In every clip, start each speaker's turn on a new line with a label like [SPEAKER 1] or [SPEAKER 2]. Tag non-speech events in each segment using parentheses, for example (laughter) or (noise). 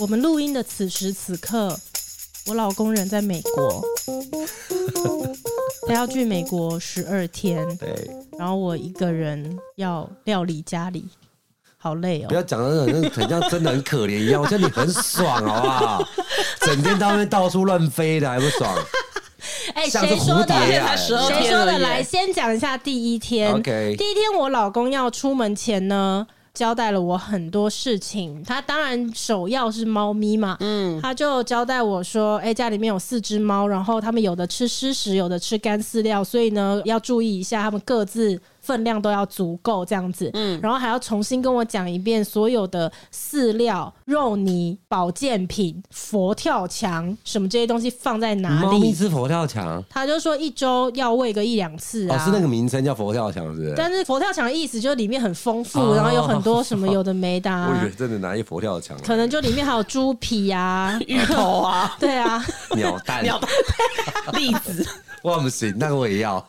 [SPEAKER 1] 我们录音的此时此刻，我老公人在美国，他要去美国十二天，
[SPEAKER 2] 对，
[SPEAKER 1] 然后我一个人要料理家里，好累
[SPEAKER 2] 不
[SPEAKER 1] 哦。
[SPEAKER 2] 要讲的很很像真的很可怜一样，我觉得你很爽，好
[SPEAKER 1] (laughs)
[SPEAKER 2] 不好？整天到那边到处乱飞的，还不爽
[SPEAKER 1] 哎、
[SPEAKER 2] 像是
[SPEAKER 1] 谁说
[SPEAKER 2] 蝴
[SPEAKER 1] 的？
[SPEAKER 2] 蝶
[SPEAKER 3] 他十二
[SPEAKER 1] 谁
[SPEAKER 3] 天
[SPEAKER 1] 说
[SPEAKER 3] 而
[SPEAKER 1] 的？
[SPEAKER 3] 已，
[SPEAKER 1] 来，先讲一下第一天。
[SPEAKER 2] ？OK，
[SPEAKER 1] 第一天，我老公要出门前呢，交代了我很多事情。他当然首要是猫咪嘛，嗯，他就交代我说，哎、家里面有四只猫，然后它们有的吃湿食，有的吃干饲料，所以呢，要注意一下它们各自。分量都要足够这样子，嗯，然后还要重新跟我讲一遍所有的饲料、肉泥、保健品、佛跳墙什么这些东西放在 (laughs) 哪
[SPEAKER 2] 猫咪
[SPEAKER 1] 里。
[SPEAKER 2] 吃佛跳墙，
[SPEAKER 1] 他就说一周要喂个一两次啊，
[SPEAKER 2] 哦，是那个名称叫佛跳墙，是不是？
[SPEAKER 1] 但是佛跳墙的意思就是里面很丰富，
[SPEAKER 2] 哦
[SPEAKER 1] 然后有很多什么有的没的、
[SPEAKER 2] (laughs) 我以
[SPEAKER 1] 啊
[SPEAKER 2] 为，真的拿一佛跳墙，啊
[SPEAKER 1] 可能就里面还有猪皮啊
[SPEAKER 2] (laughs)
[SPEAKER 3] 芋头
[SPEAKER 1] (laughs)，
[SPEAKER 3] 啊
[SPEAKER 1] 对啊，
[SPEAKER 2] 鸟
[SPEAKER 1] (laughs)
[SPEAKER 2] 蛋，
[SPEAKER 3] 鸟蛋、栗子，
[SPEAKER 2] 哇不行，那个 (laughs) 我也
[SPEAKER 1] (laughs)
[SPEAKER 2] 要。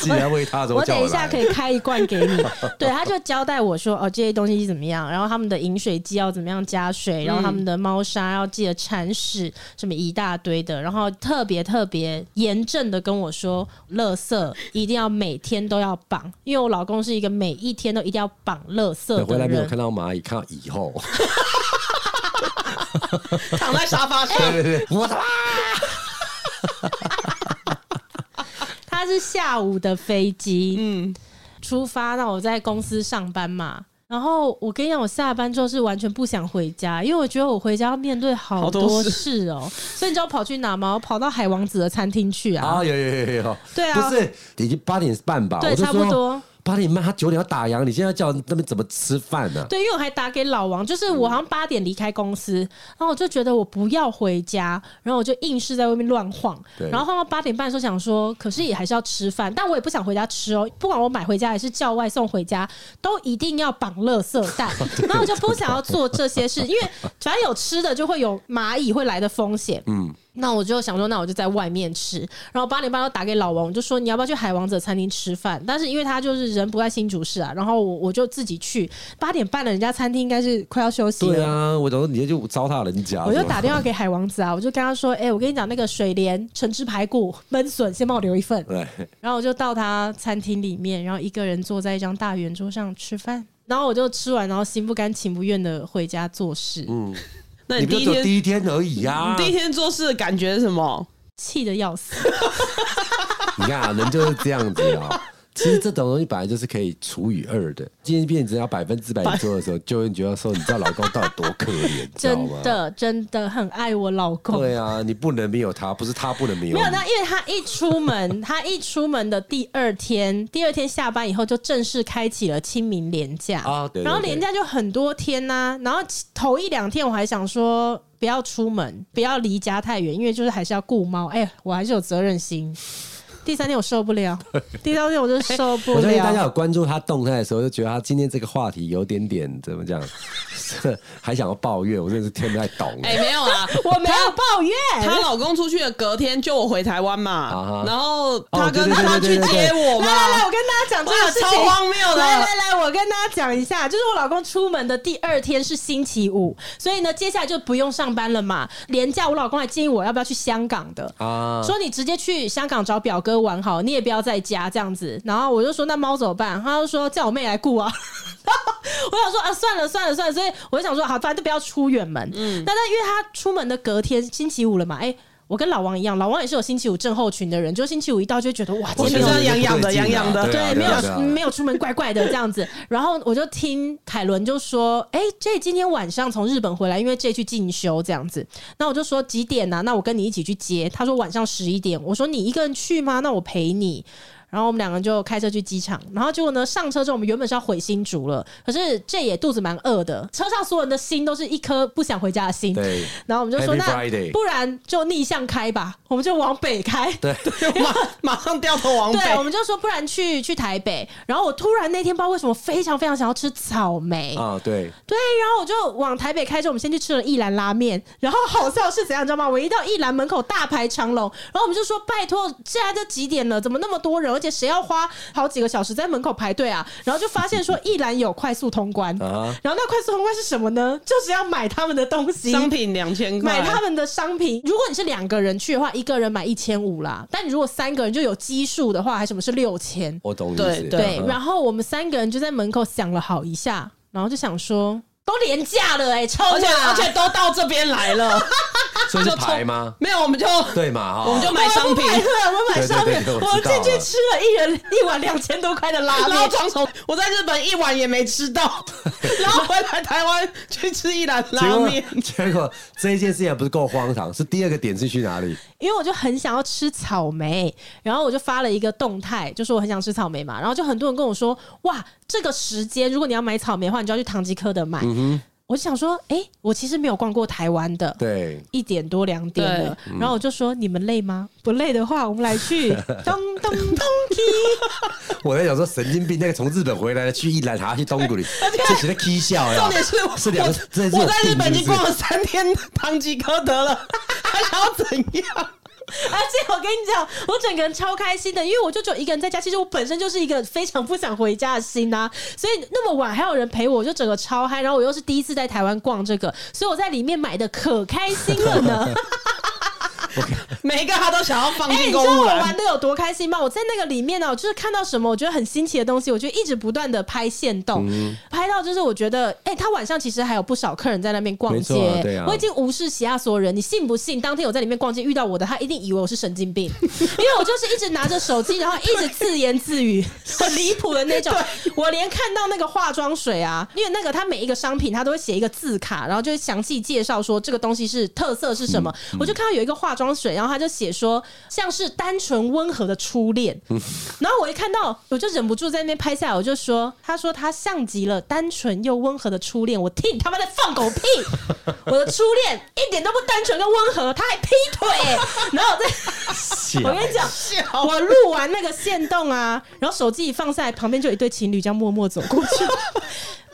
[SPEAKER 2] 既然喂它，怎么
[SPEAKER 1] 我
[SPEAKER 2] 叫
[SPEAKER 1] 等一下
[SPEAKER 2] 来
[SPEAKER 1] 可？以开一罐给
[SPEAKER 2] (laughs)
[SPEAKER 1] 你。对，他就交代我说，哦，这些东西怎么样，然后他们的饮水机要怎么样加
[SPEAKER 2] 嗯
[SPEAKER 1] 水，然后他们的猫砂要记得铲屎，什么一大堆的，然后特别特别严正的跟我说，垃圾一定要每天都要绑，因为我老公是一个每一天都一定要绑垃圾
[SPEAKER 2] 对回
[SPEAKER 1] 的
[SPEAKER 2] 来没有
[SPEAKER 1] 人
[SPEAKER 2] 看。到蚂蚁，看到蚁
[SPEAKER 1] (laughs)
[SPEAKER 2] 后，
[SPEAKER 3] 躺在沙发
[SPEAKER 1] 哎
[SPEAKER 2] (laughs)
[SPEAKER 3] 上。
[SPEAKER 2] 对对哎对，我他妈
[SPEAKER 1] 他是下午的飞机，嗯，出发。那我在公司上班嘛，然后我跟你讲，我下班之后是完全不想回家，因为我觉得我回家要面对好
[SPEAKER 3] 好多
[SPEAKER 1] 多事哦、所以你知道我跑去哪吗？我跑到海王子的餐厅去啊。
[SPEAKER 2] 啊，有有有有有，
[SPEAKER 1] 对啊
[SPEAKER 2] 不是已经八点半吧？
[SPEAKER 1] 对
[SPEAKER 2] 我就
[SPEAKER 1] 差不
[SPEAKER 2] 说
[SPEAKER 1] 多。
[SPEAKER 2] 八点半，他九点要打烊，你现在叫那边怎么吃饭啊呢？
[SPEAKER 1] 对，因为我还打给老王，就是我好像八点离开公司，然后我就觉得我不要回家，然后我就硬是在外面乱晃，
[SPEAKER 2] 对
[SPEAKER 1] 然后晃到八点半的时候想说，可是也还是要吃饭，但我也不想回家吃哦，不管我买回家还是叫外送回家，都一定要绑垃圾袋，然后我就不想要做这些事，因为反正有吃的就会有蚂蚁会来的风险，嗯。那我就想说，那我就在外面吃。然后八点半又打给老王，我就说你要不要去海王者餐厅吃饭？但是因为他就是人不在新竹市啊，然后我我就自己去。八点半了，人家餐厅应该是快要休息了。
[SPEAKER 2] 对啊，我等说你就糟蹋人家，
[SPEAKER 1] 我就
[SPEAKER 2] 怎么
[SPEAKER 1] 打电话给海王子啊，我就跟他说：“哎、我跟你讲，那个水莲、橙汁排骨、焖笋，先帮我留一份。
[SPEAKER 2] (laughs) 对，”
[SPEAKER 1] 然后我就到他餐厅里面，然后一个人坐在一张大圆桌上吃饭。然后我就吃完，然后心不甘情不愿的回家做事，
[SPEAKER 2] 嗯你
[SPEAKER 3] 那你
[SPEAKER 2] 不
[SPEAKER 3] 第
[SPEAKER 2] 就只
[SPEAKER 3] 一
[SPEAKER 2] 有
[SPEAKER 3] 天，
[SPEAKER 2] 第一天而已
[SPEAKER 3] 你
[SPEAKER 2] 啊！
[SPEAKER 3] (laughs) 第一天做事的感觉是什么？
[SPEAKER 1] 气得要死。
[SPEAKER 2] (laughs) 你看啊，人就是这样子啊。其实这种东西本来就是可以除以二的。今天变成要百分之百做的时候，就会觉得说，你知道老公到底多可怜，知道
[SPEAKER 1] 真
[SPEAKER 2] 吗？
[SPEAKER 1] 的真的很爱我老公。
[SPEAKER 2] 对啊，你不能没有他，不是他不能没有
[SPEAKER 1] 没
[SPEAKER 2] 你
[SPEAKER 1] 有，那因为他一出门，他一出门的第二天，第二天下班以后就正式开启了清明连假
[SPEAKER 2] 啊对对
[SPEAKER 1] 然后
[SPEAKER 2] 对
[SPEAKER 1] 连假就很多天呐、然后头一两天我还想说不要出门，不要离家太远，因为就是还是要顾猫，哎、我还是有责任心。第三天我受不
[SPEAKER 2] (laughs)
[SPEAKER 1] 了，第三天我就受不
[SPEAKER 2] 我相信大家
[SPEAKER 1] 了。
[SPEAKER 2] 有关注他动态的时候，就觉得他今天这个话题有点点怎么讲， (laughs) 是还想要抱怨，我真的是听不太懂。
[SPEAKER 3] 哎、没有啦，
[SPEAKER 1] 我没有啊抱怨，
[SPEAKER 3] (laughs) 她老公出去的隔天就我回台湾嘛
[SPEAKER 1] 啊
[SPEAKER 2] 哈，
[SPEAKER 3] 然后她
[SPEAKER 2] 哦
[SPEAKER 3] 跟
[SPEAKER 2] 对对
[SPEAKER 3] 她
[SPEAKER 2] 对
[SPEAKER 3] 去
[SPEAKER 2] 对对
[SPEAKER 3] 接我嘛
[SPEAKER 1] 来。来来，我跟大家讲这个事情，
[SPEAKER 3] 哇超荒谬的
[SPEAKER 1] 来来来，我跟大家讲一下，就是我老公出门的第二天是星期五，所以呢，接下来就不用上班了嘛。连假，我老公还建议我要不要去香港的。
[SPEAKER 2] 啊，
[SPEAKER 1] 说你直接去香港找表哥玩好，你也不要在家这样子。然后我就说那猫怎么办？他就说叫我妹来顾啊。 (laughs) 我想说啊，算了算了算了，所以我就想说好，反正都不要出远门。嗯，那那因为他出门的隔天星期五了嘛，哎、我跟老王一样，老王也是有星期五症候群的人，就星期五一到就会觉得哇，今
[SPEAKER 3] 我
[SPEAKER 1] 天
[SPEAKER 3] 觉
[SPEAKER 1] 没有
[SPEAKER 3] 得痒痒的痒痒的
[SPEAKER 2] 对啊
[SPEAKER 1] 对，没有、
[SPEAKER 2] 啊啊
[SPEAKER 1] 没有出门，怪怪的这样子。 (laughs) 然后我就听凯伦就说：“哎、这今天晚上从日本回来，因为这去进修这样子。”那我就说几点呢、那我跟你一起去接。他说晚上十一点。我说你一个人去吗？那我陪你。然后我们两个就开车去机场，然后结果呢，上车之后我们原本是要回新竹了，可是这也肚子蛮饿的，车上所有人的心都是一颗不想回家的心。
[SPEAKER 2] 对
[SPEAKER 1] 然后我们就说
[SPEAKER 2] Happy
[SPEAKER 1] 那
[SPEAKER 2] Friday
[SPEAKER 1] 不然就逆向开吧，我们就往北开。
[SPEAKER 2] 对，
[SPEAKER 3] (laughs) 马马上掉头往北，
[SPEAKER 1] 对，我们就说不然去去台北。然后我突然那天不知道为什么非常非常想要吃草莓，
[SPEAKER 2] 啊对，
[SPEAKER 1] 对，然后我就往台北开车，我们先去吃了一兰拉面。然后好笑是怎样，你知道吗？我一到一兰门口大排长龙，然后我们就说拜托，现在都几点了，怎么那么多人？而且且谁要花好几个小时在门口排队啊？然后就发现说，一栏有快速通关，然
[SPEAKER 2] 啊
[SPEAKER 1] 后那快速通关是什么呢？就是要买他们的东
[SPEAKER 3] (laughs)
[SPEAKER 1] 西，
[SPEAKER 3] 商品两千块，
[SPEAKER 1] 买他们的商品。如果你是两个人去的话，一个人买一千五啦。但你如果三个人就有基数的话，还什么是六千？
[SPEAKER 2] 我懂你意思。
[SPEAKER 3] 对
[SPEAKER 1] 对。
[SPEAKER 2] 嗯
[SPEAKER 1] 然后我们三个人就在门口想了好一下，然后就想说。都廉价了哎、欸，抽
[SPEAKER 3] 而且
[SPEAKER 1] 啊
[SPEAKER 3] 而且都到这边
[SPEAKER 1] (laughs)
[SPEAKER 3] 来了，
[SPEAKER 2] 所以是
[SPEAKER 3] 就从
[SPEAKER 2] 排吗？
[SPEAKER 3] 没有我们就
[SPEAKER 2] 对嘛？哈
[SPEAKER 3] 我们就买商品，
[SPEAKER 1] 我们买商品，
[SPEAKER 2] 对对对
[SPEAKER 1] 我
[SPEAKER 2] 我知道
[SPEAKER 1] 进去吃了一人一碗两千多块的拉
[SPEAKER 3] 然后
[SPEAKER 1] 面，
[SPEAKER 3] 装怂，我在日本一碗也没吃
[SPEAKER 1] (laughs)
[SPEAKER 3] 到，然后回来台湾去吃一碗
[SPEAKER 2] 结
[SPEAKER 3] 拉
[SPEAKER 2] 果
[SPEAKER 3] 面，
[SPEAKER 2] 结果这一件事情还不是够荒唐，是第二个点是去哪里？
[SPEAKER 1] 因为我就很想要吃草莓，然后我就发了一个动态，就说我很想吃草莓嘛，然后就很多人跟我说，哇，这个时间如果你要买草莓的话，你就要去唐吉诃德买。我就想说，哎、我其实没有逛过台湾的，
[SPEAKER 2] 对，
[SPEAKER 1] 一点多两点了，然后我就说，你们累吗？不累的话，我们来去咚咚咚
[SPEAKER 2] 我在想说神经病，那个从日本回来的去一兰还要去东
[SPEAKER 3] (laughs)
[SPEAKER 2] 谷里，这写的 K 笑呀。
[SPEAKER 3] 重点是
[SPEAKER 2] 是两个，这是有
[SPEAKER 3] 我我在日本
[SPEAKER 2] 病
[SPEAKER 3] 已
[SPEAKER 2] 是不是
[SPEAKER 3] 经逛了三天唐吉诃德了，还想要怎样？
[SPEAKER 1] (laughs) 而且我跟你讲，我整个人超开心的，因为我就只有一个人在家。其实我本身就是一个非常不想回家的心呐、所以那么晚还有人陪我，我就整个超嗨。然后我又是第一次在台湾逛这个，所以我在里面买的可开心了呢。
[SPEAKER 3] 每一个他都想要
[SPEAKER 1] (laughs)
[SPEAKER 3] 放
[SPEAKER 1] 哎、
[SPEAKER 3] 进
[SPEAKER 1] 你知
[SPEAKER 3] 购
[SPEAKER 1] 道我
[SPEAKER 3] 物
[SPEAKER 1] 玩
[SPEAKER 3] (laughs) 篮，
[SPEAKER 1] 的有多开心吗？我在那个里面呢、我就是看到什么我觉得很新奇的东西，我就一直不断的拍线动，拍到就是我觉得，哎、他晚上其实还有不少客人在那边逛街、
[SPEAKER 2] 没错啊对啊
[SPEAKER 1] 我已经无视其他所有人，你信不信？当天我在里面逛街遇到我的，他一定以为我是神经病，
[SPEAKER 2] (laughs)
[SPEAKER 1] 因为我就是一直拿着手机，然后一直自言自语，很离谱的那种。我连看到那个化妆水啊，因为那个它每一个商品它都会写一个字卡，然后就会详细介绍说这个东西是特色是什么。
[SPEAKER 2] 嗯
[SPEAKER 1] 我就看到有一个化妆水，然后它就写说像是单纯温和的初恋，然后我一看到我就忍不住在那边拍下来，我就说，他说他像极了单纯又温和的初恋，我替你他妈在放狗屁！ (laughs) 我的初恋一点都不单纯跟温和，他还劈腿、 (laughs) 然后我在。 (laughs) 我跟你讲，我录完那个线动啊，然后手机一放下来，旁边就有一对情侣这样默默走过去。 (laughs)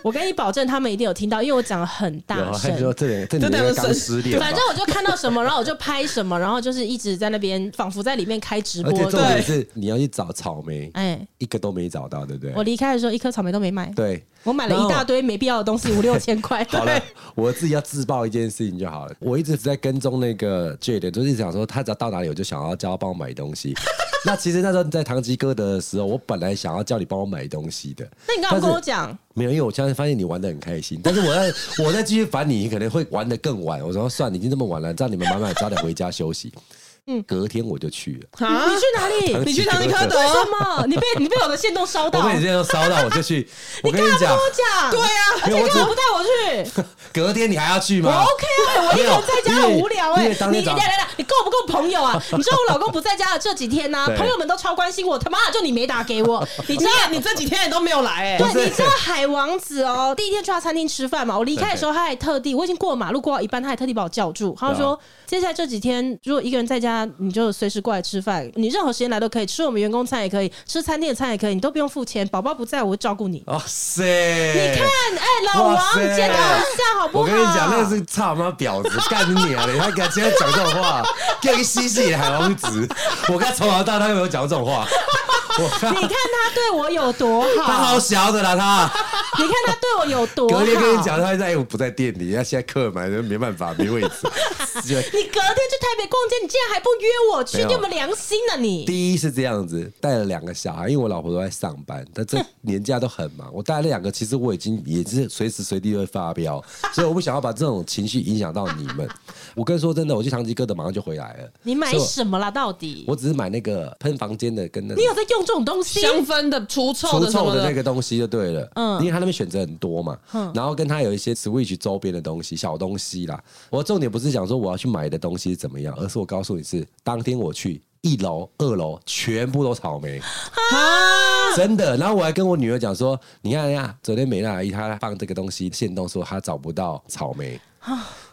[SPEAKER 1] 我跟你保证，他们一定有听到，因为我讲的很大
[SPEAKER 2] 然后啊他
[SPEAKER 1] 声
[SPEAKER 2] 就。说这两这女
[SPEAKER 3] 这两
[SPEAKER 2] 的
[SPEAKER 3] 个
[SPEAKER 2] 刚
[SPEAKER 3] 神
[SPEAKER 2] 失恋吧，
[SPEAKER 1] 反正我就看到什么，然后我就拍什么，然后就是一直在那边，仿佛在里面开直
[SPEAKER 2] 而且
[SPEAKER 1] 播。
[SPEAKER 2] 重
[SPEAKER 1] 对，
[SPEAKER 2] 点是你要去找草莓，
[SPEAKER 1] 哎，
[SPEAKER 2] 一个都没找到，对不对
[SPEAKER 1] 我？离开的时候一颗草莓都没买，
[SPEAKER 2] 对，
[SPEAKER 1] 我买了一大堆没必要的东西，五六千块。
[SPEAKER 2] 好了
[SPEAKER 1] 对，
[SPEAKER 2] 我自己要自曝一件事情就好了。我一直在跟踪那个 Jade，就是一直想说他只要到哪里，我就想要叫他帮我买
[SPEAKER 1] (laughs)
[SPEAKER 2] 东西。那其实那时候你在唐吉诃德的时候，我本来想要叫你帮我买东西的，
[SPEAKER 1] 那你刚刚跟我讲，
[SPEAKER 2] 没有，因为我现在发现你玩的很开心，但是我在 (laughs) 我再继续烦你，你可能会玩的更晚。我说算，你已经这么晚了，让你们慢慢早点回家休息。嗯，隔天我就去了。
[SPEAKER 1] 你你去哪
[SPEAKER 2] 啊
[SPEAKER 1] 里？
[SPEAKER 3] 你去唐吉诃
[SPEAKER 1] 为什
[SPEAKER 3] 德，
[SPEAKER 1] 么？你被你被我的线动烧到？
[SPEAKER 2] 我被你
[SPEAKER 1] 你
[SPEAKER 2] 这样烧到，我就
[SPEAKER 1] (laughs)
[SPEAKER 2] 去。我跟
[SPEAKER 1] 干嘛不
[SPEAKER 2] 讲
[SPEAKER 1] 跟，我讲？
[SPEAKER 3] 对啊，
[SPEAKER 1] 而且
[SPEAKER 2] 没有我
[SPEAKER 1] 根
[SPEAKER 2] 只
[SPEAKER 1] 本不带我
[SPEAKER 2] (laughs)
[SPEAKER 1] 去。
[SPEAKER 2] 隔天你还要去
[SPEAKER 1] 我
[SPEAKER 2] 吗？
[SPEAKER 1] OK 啊，我一个人在家很无聊哎、
[SPEAKER 2] 因为因为当
[SPEAKER 1] 你
[SPEAKER 2] 天
[SPEAKER 1] 你
[SPEAKER 2] 早
[SPEAKER 1] 来来来，你够不够朋友啊？你知道我老公不在家的这几天呢、
[SPEAKER 2] (laughs) 对
[SPEAKER 1] 朋友们都超关心我，他妈的就你没打给我，你知
[SPEAKER 3] 你
[SPEAKER 1] 道？
[SPEAKER 3] 也你这几天也都没有来哎、
[SPEAKER 2] 不是
[SPEAKER 1] 对，你知道海王子
[SPEAKER 2] (laughs)
[SPEAKER 1] 哦，第一天去他餐厅吃饭嘛，我离开的时候他还特地，我已经过马路过到一半，他还特地把我叫住，他就说、
[SPEAKER 2] 啊
[SPEAKER 1] 接下来这几天如果一个人在家，你就随时过来吃饭，你任何时间来都可以，吃我们员工餐也可以，吃餐厅的餐也可以，你都不用付钱，宝宝不在我会照顾你。
[SPEAKER 2] 哇塞！
[SPEAKER 1] 你看，哎、老
[SPEAKER 2] 哇
[SPEAKER 1] 王
[SPEAKER 2] 塞
[SPEAKER 1] 检讨一下好不好？
[SPEAKER 2] 我跟你讲，那个是操他妈婊子，干你娘的！他敢今天讲这种话，叫个西西海王子，我跟他从小到大都没有讲这种
[SPEAKER 1] (laughs)
[SPEAKER 2] 话。我
[SPEAKER 1] (laughs) 你看他对我有多
[SPEAKER 2] 他
[SPEAKER 1] 好
[SPEAKER 2] 好，小的
[SPEAKER 1] (laughs)
[SPEAKER 2] 啦，他
[SPEAKER 1] 你看他对我有多好。
[SPEAKER 2] 隔天跟你讲，他在哎我不在店里，他现在客满，没办法，没位置。就
[SPEAKER 1] (laughs) 你隔天去台北逛街，你竟然还不约我去，
[SPEAKER 2] 没有
[SPEAKER 1] 你有没有良心啊你？
[SPEAKER 2] 第一是这样子，带了两个小孩，因为我老婆都在上班，但这年假都很忙。我带了两个，其实我已经也是随时随地都会发飙，所以我不想要把这种情绪影响到你们。我跟你说真的，我去唐吉诃德马上就回来了。
[SPEAKER 1] 你买
[SPEAKER 2] 所以我
[SPEAKER 1] 什么啦？到底
[SPEAKER 2] 我只是买那个喷房间的跟那
[SPEAKER 1] 你有
[SPEAKER 2] 个
[SPEAKER 1] 在用这种东西？
[SPEAKER 3] 香氛的、除臭
[SPEAKER 2] 除
[SPEAKER 3] 的什
[SPEAKER 2] 臭
[SPEAKER 3] 么
[SPEAKER 2] 的
[SPEAKER 3] 的，
[SPEAKER 2] 那个东西就对了，嗯，因为他那边选择很多嘛，然后跟他有一些 Switch 周边的东西、小东西啦。我重点不是讲说我要去买的东西是怎么样，而是我告诉你是当天我去。一楼、二楼全部都草莓，
[SPEAKER 1] 啊
[SPEAKER 2] (laughs) 真的。然后我还跟我女儿讲说：“你看呀，昨天美娜阿姨她放这个东西，现动说她找不到草莓，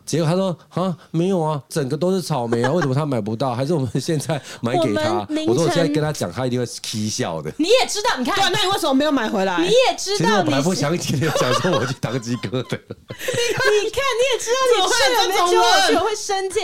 [SPEAKER 2] 结果他说啊，没有啊，整个都是草莓啊，为什么他买不到？还是我们现在买给他
[SPEAKER 1] 我们？凌晨
[SPEAKER 2] 我说我现在跟他讲，他一定会嬉笑的。
[SPEAKER 1] 你也知道，你
[SPEAKER 3] 对啊，
[SPEAKER 1] 看，
[SPEAKER 3] 那你为什么没有买回来？
[SPEAKER 1] 你也知
[SPEAKER 2] 其实
[SPEAKER 1] 道
[SPEAKER 2] 我
[SPEAKER 1] 你
[SPEAKER 2] 本来不
[SPEAKER 1] 是，
[SPEAKER 2] 想今天讲说我去当鸡哥的，
[SPEAKER 1] 你看你也知道你去了没
[SPEAKER 3] 怎么会有这种
[SPEAKER 1] 揪我去，
[SPEAKER 3] 人
[SPEAKER 1] 我会生气。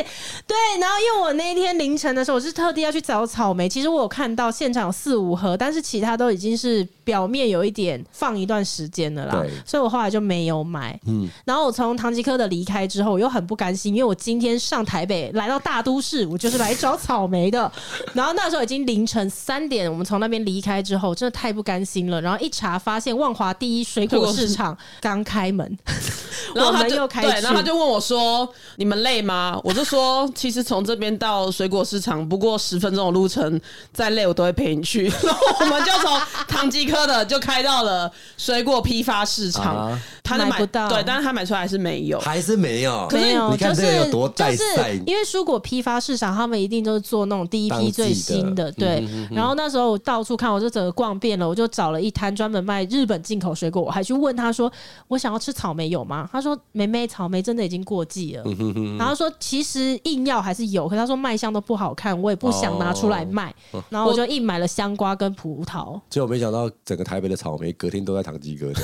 [SPEAKER 1] 对，然后因为我那一天凌晨的时候，我是特地要去找草莓，其实我有看到现场有四五盒，但是其他都已经是表面有一点放一段时间了啦
[SPEAKER 2] 对，
[SPEAKER 1] 所以我后来就没有买。嗯，然后我从唐吉诃德离开之后，我又很不甘心，因为我今天上台北来到大都市，我就是来找草莓的。然后那时候已经凌晨三点，我们从那边离开之后，真的太不甘心了。然后一查发现，万华第一水果市场刚开门，
[SPEAKER 3] (laughs) 然后
[SPEAKER 1] 我
[SPEAKER 3] 他
[SPEAKER 1] 们
[SPEAKER 3] 就
[SPEAKER 1] 又
[SPEAKER 3] 对
[SPEAKER 1] 开，去
[SPEAKER 3] 然后他就问我说：“你们累吗？”我就说：“其实从这边到水果市场不过十分钟的路程，再累我都会陪你去。” (laughs) 然后我们就从唐吉诃德就开到了水果批发市场，
[SPEAKER 2] 啊
[SPEAKER 3] 他的
[SPEAKER 1] 买不到
[SPEAKER 3] 对，但是他买出来是没
[SPEAKER 2] (laughs)
[SPEAKER 3] 有。
[SPEAKER 2] 还是没有。
[SPEAKER 1] 没有，
[SPEAKER 2] 你看
[SPEAKER 1] 就
[SPEAKER 2] 这个
[SPEAKER 1] 是
[SPEAKER 2] 有多
[SPEAKER 1] 就
[SPEAKER 2] 带
[SPEAKER 1] 是
[SPEAKER 2] 赛
[SPEAKER 1] 因为蔬果批发市场，他们一定都是做那种第一
[SPEAKER 2] 当季
[SPEAKER 1] 批
[SPEAKER 2] 的嗯
[SPEAKER 1] 最新的，对。然后那时候我到处看，我就整个逛遍了，我就找了一摊专门卖日本进口水果，我还去问他说：“我想要吃草莓有吗？”他说：“梅梅，草莓真的已经过季了。
[SPEAKER 2] 嗯
[SPEAKER 1] 然后说：“其实硬要还是有，可他说卖相都不好看，我也不想拿出来
[SPEAKER 2] 哦
[SPEAKER 1] 卖。然后我就硬买了香瓜跟葡
[SPEAKER 3] (laughs)
[SPEAKER 1] 萄，
[SPEAKER 2] 结果没想到整个台北的草莓隔天都在唐吉诃德。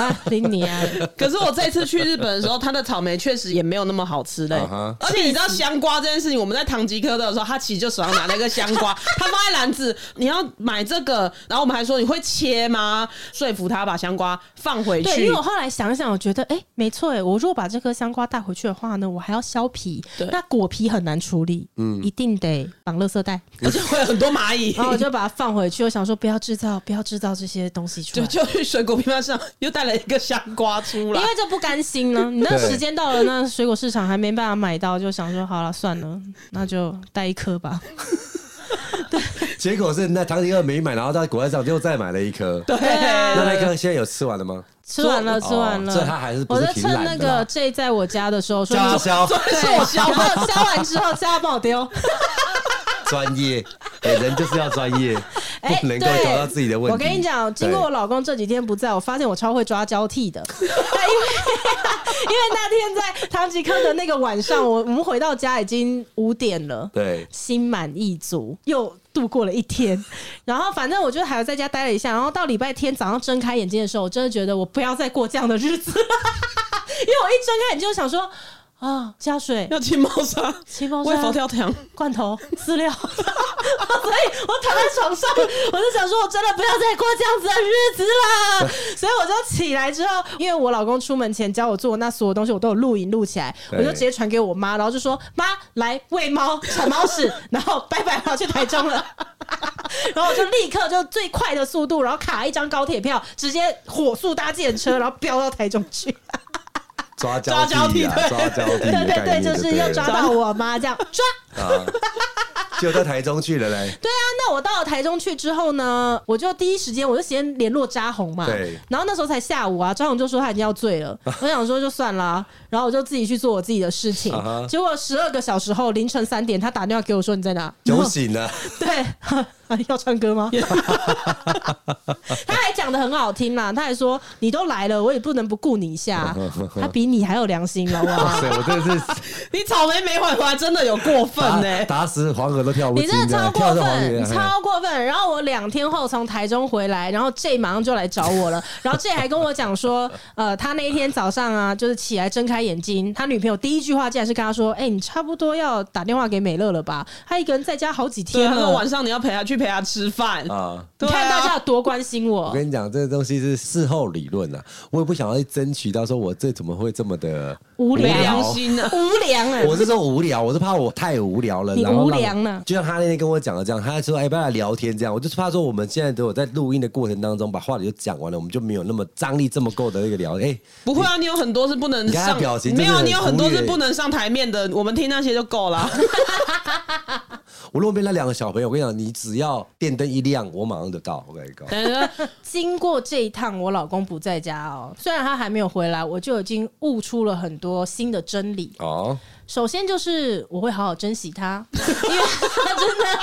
[SPEAKER 1] 啊，林尼啊，
[SPEAKER 3] 可是我这次去日本的时候，它的草莓确实也没有那么好吃嘞、
[SPEAKER 2] 啊哈
[SPEAKER 3] 而且你知道香瓜这件事情，我们在唐吉诃德的时候，他其实就手上拿了一个香瓜， (laughs) 他放在篮子，你要买这个，然后我们还说你会切吗？说服他把香瓜放回去。
[SPEAKER 1] 对，因为我后来想想，我觉得哎、诶没错哎、诶我如果把这颗香瓜带回去的话呢，我还要削皮
[SPEAKER 3] 对，
[SPEAKER 1] 那果皮很难处理，嗯，一定得绑垃圾
[SPEAKER 2] (laughs)
[SPEAKER 1] 袋，
[SPEAKER 3] 而且会有很多蚂蚁。
[SPEAKER 1] 然后我哦就把它放回去。我想说，不要制造，不要制造这些东西出
[SPEAKER 3] (laughs) 就
[SPEAKER 1] 来。
[SPEAKER 3] 就去水果批发市场又带了一个香瓜出
[SPEAKER 1] 因
[SPEAKER 3] 来
[SPEAKER 1] 为，这不甘心
[SPEAKER 2] (laughs)
[SPEAKER 1] 呢，你那
[SPEAKER 2] 对
[SPEAKER 1] 时间到了，那水果市场还没办法买到，就想说好了算了，那就带一颗吧。
[SPEAKER 2] 结果是那唐吉诃德没买，然后到国外上又再买了一颗。
[SPEAKER 3] 对，
[SPEAKER 1] 啊
[SPEAKER 2] 那那一颗现在有吃完了吗？
[SPEAKER 1] 吃完了，吃完了，
[SPEAKER 2] 哦所以他还是不
[SPEAKER 1] 我
[SPEAKER 2] 是
[SPEAKER 1] 在
[SPEAKER 2] 挺
[SPEAKER 1] 趁
[SPEAKER 2] 懒
[SPEAKER 1] 那
[SPEAKER 2] 的啦
[SPEAKER 1] 个 J 在我家的时候说，
[SPEAKER 2] 叫他削，
[SPEAKER 1] 对，
[SPEAKER 2] (laughs)
[SPEAKER 3] 是我削的
[SPEAKER 1] 然后削完之后，叫他帮我丢。
[SPEAKER 2] 专业，哎人就是要专业，
[SPEAKER 1] 哎，
[SPEAKER 2] 不 (laughs) 能够
[SPEAKER 1] 对
[SPEAKER 2] 找到自己的问题。
[SPEAKER 1] 我跟你讲，经过我老公这几天不在，我发现我超会抓交替的， (laughs) 哎因为因为那天在唐吉诃德那个晚上，我我们回到家已经五点了。
[SPEAKER 2] 对，
[SPEAKER 1] 心满意足，又度过了一
[SPEAKER 2] (laughs)
[SPEAKER 1] 天。然后反正我就还有在家待了一下，然后到礼拜天早上睁开眼睛的时候，我真的觉得我不要再过这样的日子了， (laughs) 因为我一睁开眼睛就想说啊，加水、
[SPEAKER 3] 要清猫砂、
[SPEAKER 1] 清风
[SPEAKER 3] 喂佛
[SPEAKER 1] 山、
[SPEAKER 3] 跳墙，
[SPEAKER 1] 罐头、饲料， (laughs) 所以我躺在床上，我就想说，我真的不要再过这样子的日子
[SPEAKER 2] (laughs)
[SPEAKER 1] 啦。所以我就起来之后，因为我老公出门前教我做那所有东西，我都有录影录起来，我
[SPEAKER 2] 对
[SPEAKER 1] 就直接传给我妈，然后就说：“妈，来喂猫，铲猫屎，然后拜拜，然后去台中
[SPEAKER 2] (laughs)
[SPEAKER 1] 了。”然后我就立刻就最快的速度，然后卡一张高铁票，直接火速搭计程车，然后飙到台中
[SPEAKER 2] (laughs)
[SPEAKER 1] 去。
[SPEAKER 2] 抓
[SPEAKER 3] 抓
[SPEAKER 2] 交
[SPEAKER 3] 交替
[SPEAKER 2] 替啊，
[SPEAKER 3] 对
[SPEAKER 2] 抓交替的
[SPEAKER 1] 对对
[SPEAKER 2] 概
[SPEAKER 1] 对，
[SPEAKER 2] 念
[SPEAKER 1] 就
[SPEAKER 2] 对，
[SPEAKER 1] 是要抓
[SPEAKER 2] 了
[SPEAKER 1] 到我妈这样抓。
[SPEAKER 2] 啊，就到台中去
[SPEAKER 1] (laughs)
[SPEAKER 2] 了嘞。
[SPEAKER 1] 对啊，那我到了台中去之后呢，我就第一时间我就先联络扎红嘛。
[SPEAKER 2] 对
[SPEAKER 1] 然后那时候才下午啊，扎红就说他已经要醉
[SPEAKER 2] (laughs)
[SPEAKER 1] 了，我想说就算了啊、然后我就自己去做我自己的事情
[SPEAKER 2] (laughs) 啊哈。
[SPEAKER 1] 结果十二个小时后凌晨三点，他打电话给我说你在哪？
[SPEAKER 2] 酒醒了，
[SPEAKER 1] 对， (laughs) 要唱歌
[SPEAKER 2] (laughs)
[SPEAKER 1] 吗？他还讲的很好听啦，他还说你都来了，我也不能不顾你一下啊、
[SPEAKER 2] (laughs)
[SPEAKER 1] 他比你还有良心，好不好？
[SPEAKER 2] 哇塞！我真的是
[SPEAKER 3] 你草莓没买回来，真的有过分欸呢、
[SPEAKER 2] 打打死黄河都跳不
[SPEAKER 1] 你
[SPEAKER 2] 进
[SPEAKER 1] 真的超过
[SPEAKER 2] 跳到黄河哎
[SPEAKER 1] 分，
[SPEAKER 2] 里
[SPEAKER 1] 你超过分。然后我两天后从台中回来，然后 J 马上就来找我了， (laughs) 然后 J 还跟我讲说，呃，他那一天早上啊，就是起来睁开眼睛，他女朋友第一句话竟然是跟他说：“哎、你差不多要打电话给美乐了吧？他一个人在家好几
[SPEAKER 3] 对，
[SPEAKER 1] 天
[SPEAKER 3] 啊他说
[SPEAKER 1] 了
[SPEAKER 3] 晚。上你要陪他去陪他吃饭。
[SPEAKER 2] 啊！
[SPEAKER 1] 你
[SPEAKER 3] 对
[SPEAKER 1] 看
[SPEAKER 3] 啊
[SPEAKER 1] 大家有多关心
[SPEAKER 2] 我
[SPEAKER 1] 我，
[SPEAKER 2] 跟你讲，这个东西是事后理论啊，我也不想要去争取到说我这怎么会这么的
[SPEAKER 1] 无
[SPEAKER 3] 没
[SPEAKER 1] 聊
[SPEAKER 3] 良心啊！
[SPEAKER 1] 无良 (laughs) 啊！
[SPEAKER 2] (laughs) 我是说无聊，我是怕我太无聊了，
[SPEAKER 1] 你
[SPEAKER 2] 然后
[SPEAKER 1] 无
[SPEAKER 2] 让
[SPEAKER 1] 良了
[SPEAKER 2] 就像他那天跟我讲的这样，他说：“哎、不要聊天这样。”我就是怕说我们现在都有在录音的过程当中把话题就讲完了，我们就没有那么张力这么够的那个聊。哎、
[SPEAKER 3] 不会啊，你有很多是不能
[SPEAKER 2] 你看他
[SPEAKER 3] 上
[SPEAKER 2] 表情真
[SPEAKER 3] 没
[SPEAKER 2] 的
[SPEAKER 3] 有，啊
[SPEAKER 2] 很
[SPEAKER 3] 你有很多
[SPEAKER 2] 忽略
[SPEAKER 3] 是不能上台面的，我们听那些就够了。啊
[SPEAKER 2] 我路边那两个小朋友，我跟你讲，你只要电灯一亮，我马上就到。我跟你讲，
[SPEAKER 3] 等一下
[SPEAKER 1] 经过这一趟，我老公不在家哦，虽然他还没有回来，我就已经悟出了很多新的真理。
[SPEAKER 3] (laughs)
[SPEAKER 2] 哦，
[SPEAKER 1] 首先就是我会好好珍惜它，因为它真的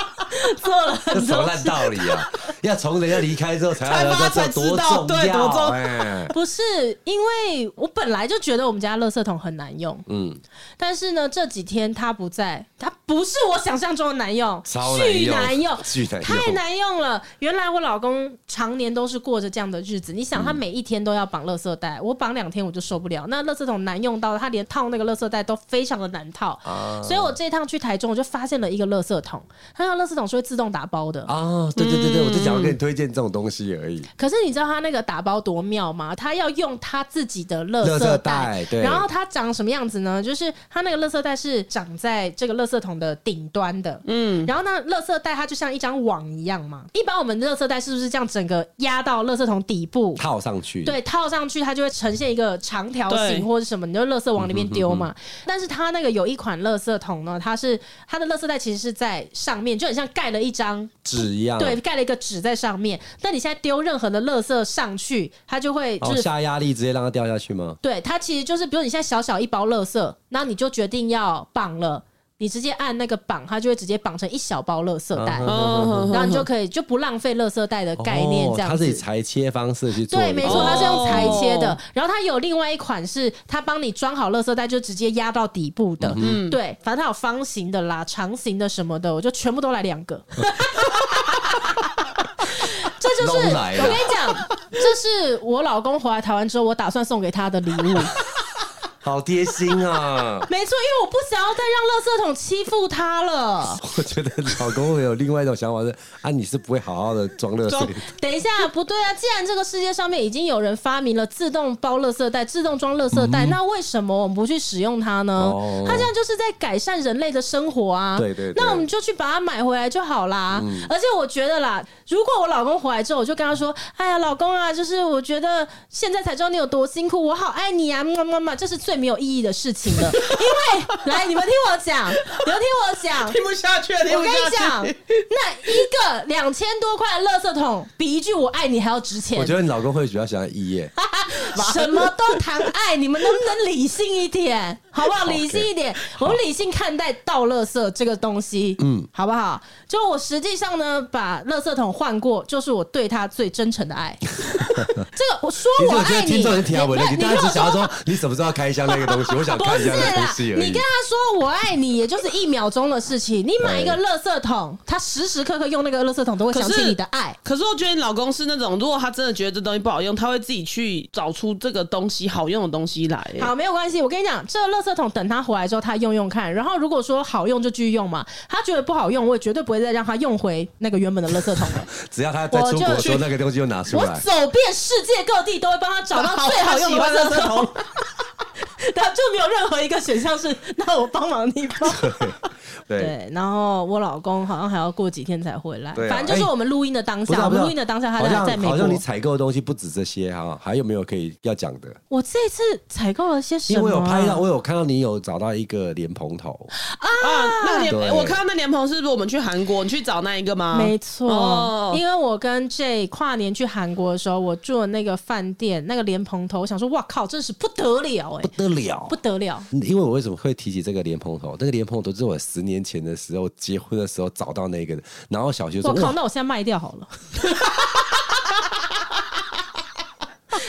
[SPEAKER 1] 做了
[SPEAKER 2] 这
[SPEAKER 1] 很
[SPEAKER 2] 什么
[SPEAKER 1] 多
[SPEAKER 2] 烂道理啊！要从人家离开之后才要
[SPEAKER 3] 才发
[SPEAKER 2] 知
[SPEAKER 3] 才
[SPEAKER 2] 道多
[SPEAKER 3] 知道
[SPEAKER 2] 重
[SPEAKER 3] 对多
[SPEAKER 2] 要，
[SPEAKER 3] 重
[SPEAKER 2] 哎，
[SPEAKER 1] (laughs) 不是，因为我本来就觉得我们家垃圾桶很难用，
[SPEAKER 2] 嗯，
[SPEAKER 1] 但是呢，这几天它不在，它不是我想象中的难用，
[SPEAKER 2] 超难
[SPEAKER 1] 巨
[SPEAKER 2] 用
[SPEAKER 1] 难用，
[SPEAKER 2] 巨难用
[SPEAKER 1] 太难用了。原来我老公常年都是过着这样的日子，你想他每一天都要绑垃圾袋，我绑两天我就受不了。那垃圾桶难用到他连套那个垃圾袋都非常的难套，
[SPEAKER 2] 啊
[SPEAKER 1] 所以我这一趟去台中，我就发现了一个垃圾桶，它那个垃圾桶是会自动打包的。
[SPEAKER 2] 哦，对对对
[SPEAKER 3] 嗯
[SPEAKER 2] 对，我就想要给你推荐这种东西而已。
[SPEAKER 1] 可是你知道他那个打包多妙吗？他要用他自己的垃圾
[SPEAKER 2] 垃圾
[SPEAKER 1] 袋
[SPEAKER 2] 袋，对
[SPEAKER 1] 然后它长什么样子呢？就是它那个垃圾袋是长在这个垃圾桶的顶端的，嗯，然后呢，垃圾袋它就像一张网一样嘛。一般我们的垃圾袋是不是这样整个压到垃圾桶底部？
[SPEAKER 2] 套上去，
[SPEAKER 1] 对，套上去它就会呈现一个长条
[SPEAKER 3] 对
[SPEAKER 1] 形或者什么，你就垃圾往里面丢嘛。但是它那个有一款垃圾桶呢，它是它的垃圾袋其实是在上面，就很像盖了一张
[SPEAKER 2] 纸一样，
[SPEAKER 1] 对，，盖了一个纸在上面。那你现在丢任何的垃圾上去，它就会
[SPEAKER 2] 哦
[SPEAKER 1] 就，是、
[SPEAKER 2] 下压力直接让它掉下去吗？
[SPEAKER 1] 对它其实就是，比如你现在小小一包垃圾，那你就决定要绑了，你直接按那个绑，它就会直接绑成一小包垃圾袋，
[SPEAKER 3] 嗯，
[SPEAKER 1] 然后你就可以就不浪费垃圾袋的概念这
[SPEAKER 2] 哦它
[SPEAKER 1] 样
[SPEAKER 2] 是以
[SPEAKER 1] 子。
[SPEAKER 2] 裁切方式去做的，
[SPEAKER 1] 对，没错，它是用裁切的
[SPEAKER 3] 哦。
[SPEAKER 1] 然后它有另外一款是，它帮你装好垃圾袋，就直接压到底部的。
[SPEAKER 2] 嗯
[SPEAKER 1] 对，反正它有方形的啦、长形的什么的，我就全部都来两
[SPEAKER 2] (laughs)
[SPEAKER 1] 个。这就是
[SPEAKER 2] 弄
[SPEAKER 1] 我
[SPEAKER 2] 来
[SPEAKER 1] 跟
[SPEAKER 2] 了
[SPEAKER 1] 你讲，这是我老公回来台湾之后，我打算送给他的礼
[SPEAKER 2] (laughs)
[SPEAKER 1] 物。
[SPEAKER 2] 好贴心啊！
[SPEAKER 1] 没错，因为我不想要再让垃圾桶欺负他了。
[SPEAKER 2] (laughs) 我觉得老公会有另外一种想法是啊，你是不会好好的装乐圾
[SPEAKER 3] 装，
[SPEAKER 1] (laughs) 等一下，不对啊！既然这个世界上面已经有人发明了自动包垃圾袋、自动装垃圾袋，那为什么我们不去使用它呢？
[SPEAKER 2] 嗯哦
[SPEAKER 1] 它这样就是在改善人类的生活啊！
[SPEAKER 2] 对嗯对对
[SPEAKER 1] 那我们就去把它买回来就好啦。而且我觉得啦，如果我老公回来之后，我就跟他说：“哎呀，老公啊，就是我觉得现在才知道你有多辛苦，我好爱你啊，么么么，这是最没有意义的事情了。因为来，你们听我讲，你们听我讲，
[SPEAKER 3] 听不下去了，听
[SPEAKER 1] (laughs) 我
[SPEAKER 3] 不
[SPEAKER 1] 跟你
[SPEAKER 3] 下
[SPEAKER 1] 讲，
[SPEAKER 3] 去。
[SPEAKER 1] 那一个两千多块的垃圾桶，比一句“我爱你”还要值钱
[SPEAKER 2] 我觉。得你老公会比较喜欢一夜，
[SPEAKER 1] (laughs) 啊什么都谈爱，你们能不能理性一点，好不好？
[SPEAKER 2] (laughs) OK
[SPEAKER 1] 理性一点，我们理性看待倒垃圾这个东西，嗯，好不好？就我实际上呢，把垃圾桶换过，就是我对他最真诚的
[SPEAKER 2] (laughs)
[SPEAKER 1] 爱。这个我说
[SPEAKER 2] 你怎
[SPEAKER 1] 我
[SPEAKER 2] 么觉
[SPEAKER 1] 爱
[SPEAKER 2] 得
[SPEAKER 1] 你，
[SPEAKER 2] 听众很听不
[SPEAKER 1] 不
[SPEAKER 2] 懂？
[SPEAKER 1] 是
[SPEAKER 2] 你
[SPEAKER 1] 你
[SPEAKER 2] 当然
[SPEAKER 1] 跟 (laughs)
[SPEAKER 2] 只
[SPEAKER 1] 我
[SPEAKER 2] 想要
[SPEAKER 1] 说
[SPEAKER 2] 说你什么时候要开箱那个东西，我想看一下那个东西
[SPEAKER 1] (laughs)
[SPEAKER 2] 而
[SPEAKER 1] 你
[SPEAKER 2] 已
[SPEAKER 1] 跟。他说我爱你，也就是一秒钟的事情。你买一个垃圾桶，他时时刻刻用那个垃圾桶，都会想
[SPEAKER 3] 可
[SPEAKER 1] 起
[SPEAKER 3] 是
[SPEAKER 1] 你的爱。
[SPEAKER 3] 可是我觉得你老公是那种，如果他真的觉得这东西不好用，他会自己去找出这个东西好用的东西来。欸
[SPEAKER 1] 好，没有关系。我跟你讲，这个垃圾桶等他回来之后，他用用看。然后如果说好用就继续用嘛，他觉得不好用，我也绝对不会再让他用回那个原本的垃圾桶了。
[SPEAKER 2] 只要他在出国的时候，
[SPEAKER 1] 我就
[SPEAKER 2] 那个东西又拿出
[SPEAKER 1] 我
[SPEAKER 2] 来。
[SPEAKER 1] 走遍世界各地，都会帮他找到最好用的垃圾桶，
[SPEAKER 2] (laughs)
[SPEAKER 3] 桶，
[SPEAKER 1] 他就没有任何一个选项是那我帮忙 (laughs) 你吧。
[SPEAKER 2] (laughs) 对，
[SPEAKER 1] 对，然后我老公好像还要过几天才回来，
[SPEAKER 2] 对啊
[SPEAKER 1] 反正就是我们录音的当
[SPEAKER 2] 不是
[SPEAKER 1] 下，
[SPEAKER 2] 啊
[SPEAKER 1] 我
[SPEAKER 2] 不是
[SPEAKER 1] 们
[SPEAKER 2] 啊
[SPEAKER 1] 录音的当下，他
[SPEAKER 2] 好
[SPEAKER 1] 在
[SPEAKER 2] 像
[SPEAKER 1] 在美
[SPEAKER 2] 好像你
[SPEAKER 1] 国。
[SPEAKER 2] 采购的东西不止这些哈，还有没有可以要讲的？
[SPEAKER 1] 我这次采购了些什
[SPEAKER 2] 因
[SPEAKER 1] 么？
[SPEAKER 2] 为我有拍到，我有看到你有找到一个莲蓬头，
[SPEAKER 3] (laughs) 啊，那莲，
[SPEAKER 2] 对
[SPEAKER 3] 我看到那莲蓬是不是我们去韩国，你去找那一个吗？
[SPEAKER 1] 没错，
[SPEAKER 3] 哦
[SPEAKER 1] 因为我跟 J 跨年去韩国的时候，我住的那个饭店那个莲蓬头，我想说，哇靠，真是不得了哎、
[SPEAKER 2] 不得了
[SPEAKER 1] 不。得了！
[SPEAKER 2] 因为我为什么会提起这个莲蓬头？这个莲蓬头是我十年前的时候结婚的时候找到那个的，然后小学说
[SPEAKER 1] 我靠，
[SPEAKER 2] 哇，
[SPEAKER 1] 那我现在卖掉好
[SPEAKER 2] (laughs)
[SPEAKER 1] 了。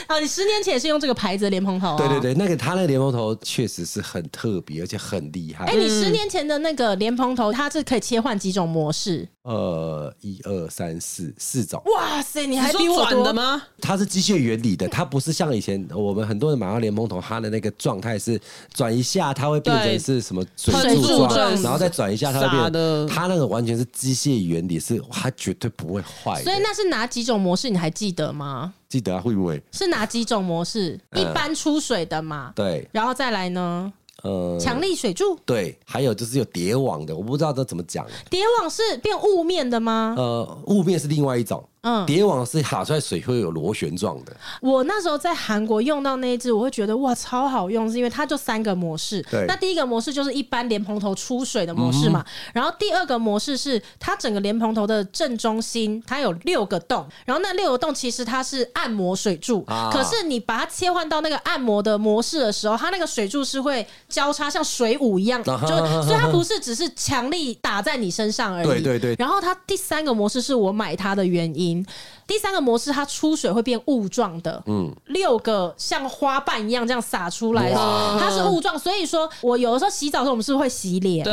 [SPEAKER 1] 啊，你十年前也是用这个牌子的莲蓬头、哦？
[SPEAKER 2] 对对。对，那个他那个莲蓬头确实是很特别，而且很厉害。
[SPEAKER 1] 哎、你十年前的那个莲蓬头，它是可以切换几种模式？
[SPEAKER 2] 呃，一二三四四种，
[SPEAKER 1] 哇塞，你
[SPEAKER 3] 你
[SPEAKER 1] 还
[SPEAKER 3] 说
[SPEAKER 1] 比我
[SPEAKER 3] 转
[SPEAKER 1] 多
[SPEAKER 3] 的？吗？
[SPEAKER 2] 它是机械原理的，它不是像以前我们很多人买到莲蓬头，它的那个状态是转一下，它会变
[SPEAKER 3] 对
[SPEAKER 2] 成是什么水
[SPEAKER 3] 喷
[SPEAKER 2] 柱
[SPEAKER 1] 柱
[SPEAKER 2] 状
[SPEAKER 1] 状，
[SPEAKER 2] 然后再转一下，它
[SPEAKER 3] 傻
[SPEAKER 2] 会变成。
[SPEAKER 3] 的
[SPEAKER 2] 它那个完全是机械原理，是它绝对不会坏的。
[SPEAKER 1] 所以那是哪几种模式？你还记得吗？
[SPEAKER 2] 记得啊，会不会？
[SPEAKER 1] 是哪几种模式？
[SPEAKER 3] 嗯
[SPEAKER 1] 一般出水的嘛，
[SPEAKER 2] 对，
[SPEAKER 1] 然后再来呢？
[SPEAKER 2] 呃，
[SPEAKER 1] 强力水柱。
[SPEAKER 2] 对，还有就是有叠网的，我不知道这怎么讲。
[SPEAKER 1] 蝶网是变雾面的吗？
[SPEAKER 2] 呃，雾面是另外一种，
[SPEAKER 1] 嗯
[SPEAKER 2] 蝶网是打出来水会有螺旋状
[SPEAKER 1] (laughs)
[SPEAKER 2] 的，
[SPEAKER 1] 我那时候在韩国用到那一支，我会觉得哇超好用，是因为它就三个模式
[SPEAKER 2] 对。嗯
[SPEAKER 1] 那第一个模式就是一般莲蓬头出水的模式嘛，然后第二个模式是它整个莲蓬头的正中心它有六个洞，然后那六个洞其实它是按摩水柱，
[SPEAKER 2] 啊
[SPEAKER 1] 可是你把它切换到那个按摩的模式的时候，它那个水柱是会交叉像水舞一样，就
[SPEAKER 2] 啊哈
[SPEAKER 1] 所以它不是只是强力打在你身上而已。
[SPEAKER 2] 对对对
[SPEAKER 1] 然后它第三个模式是我买它的原因，第三个模式它出水会变雾状的，嗯，六个像花瓣一样这样洒出来，
[SPEAKER 2] 哇
[SPEAKER 1] 它是雾状。所以说我有的时候洗澡的时候，我们是不是会洗脸？
[SPEAKER 3] 对，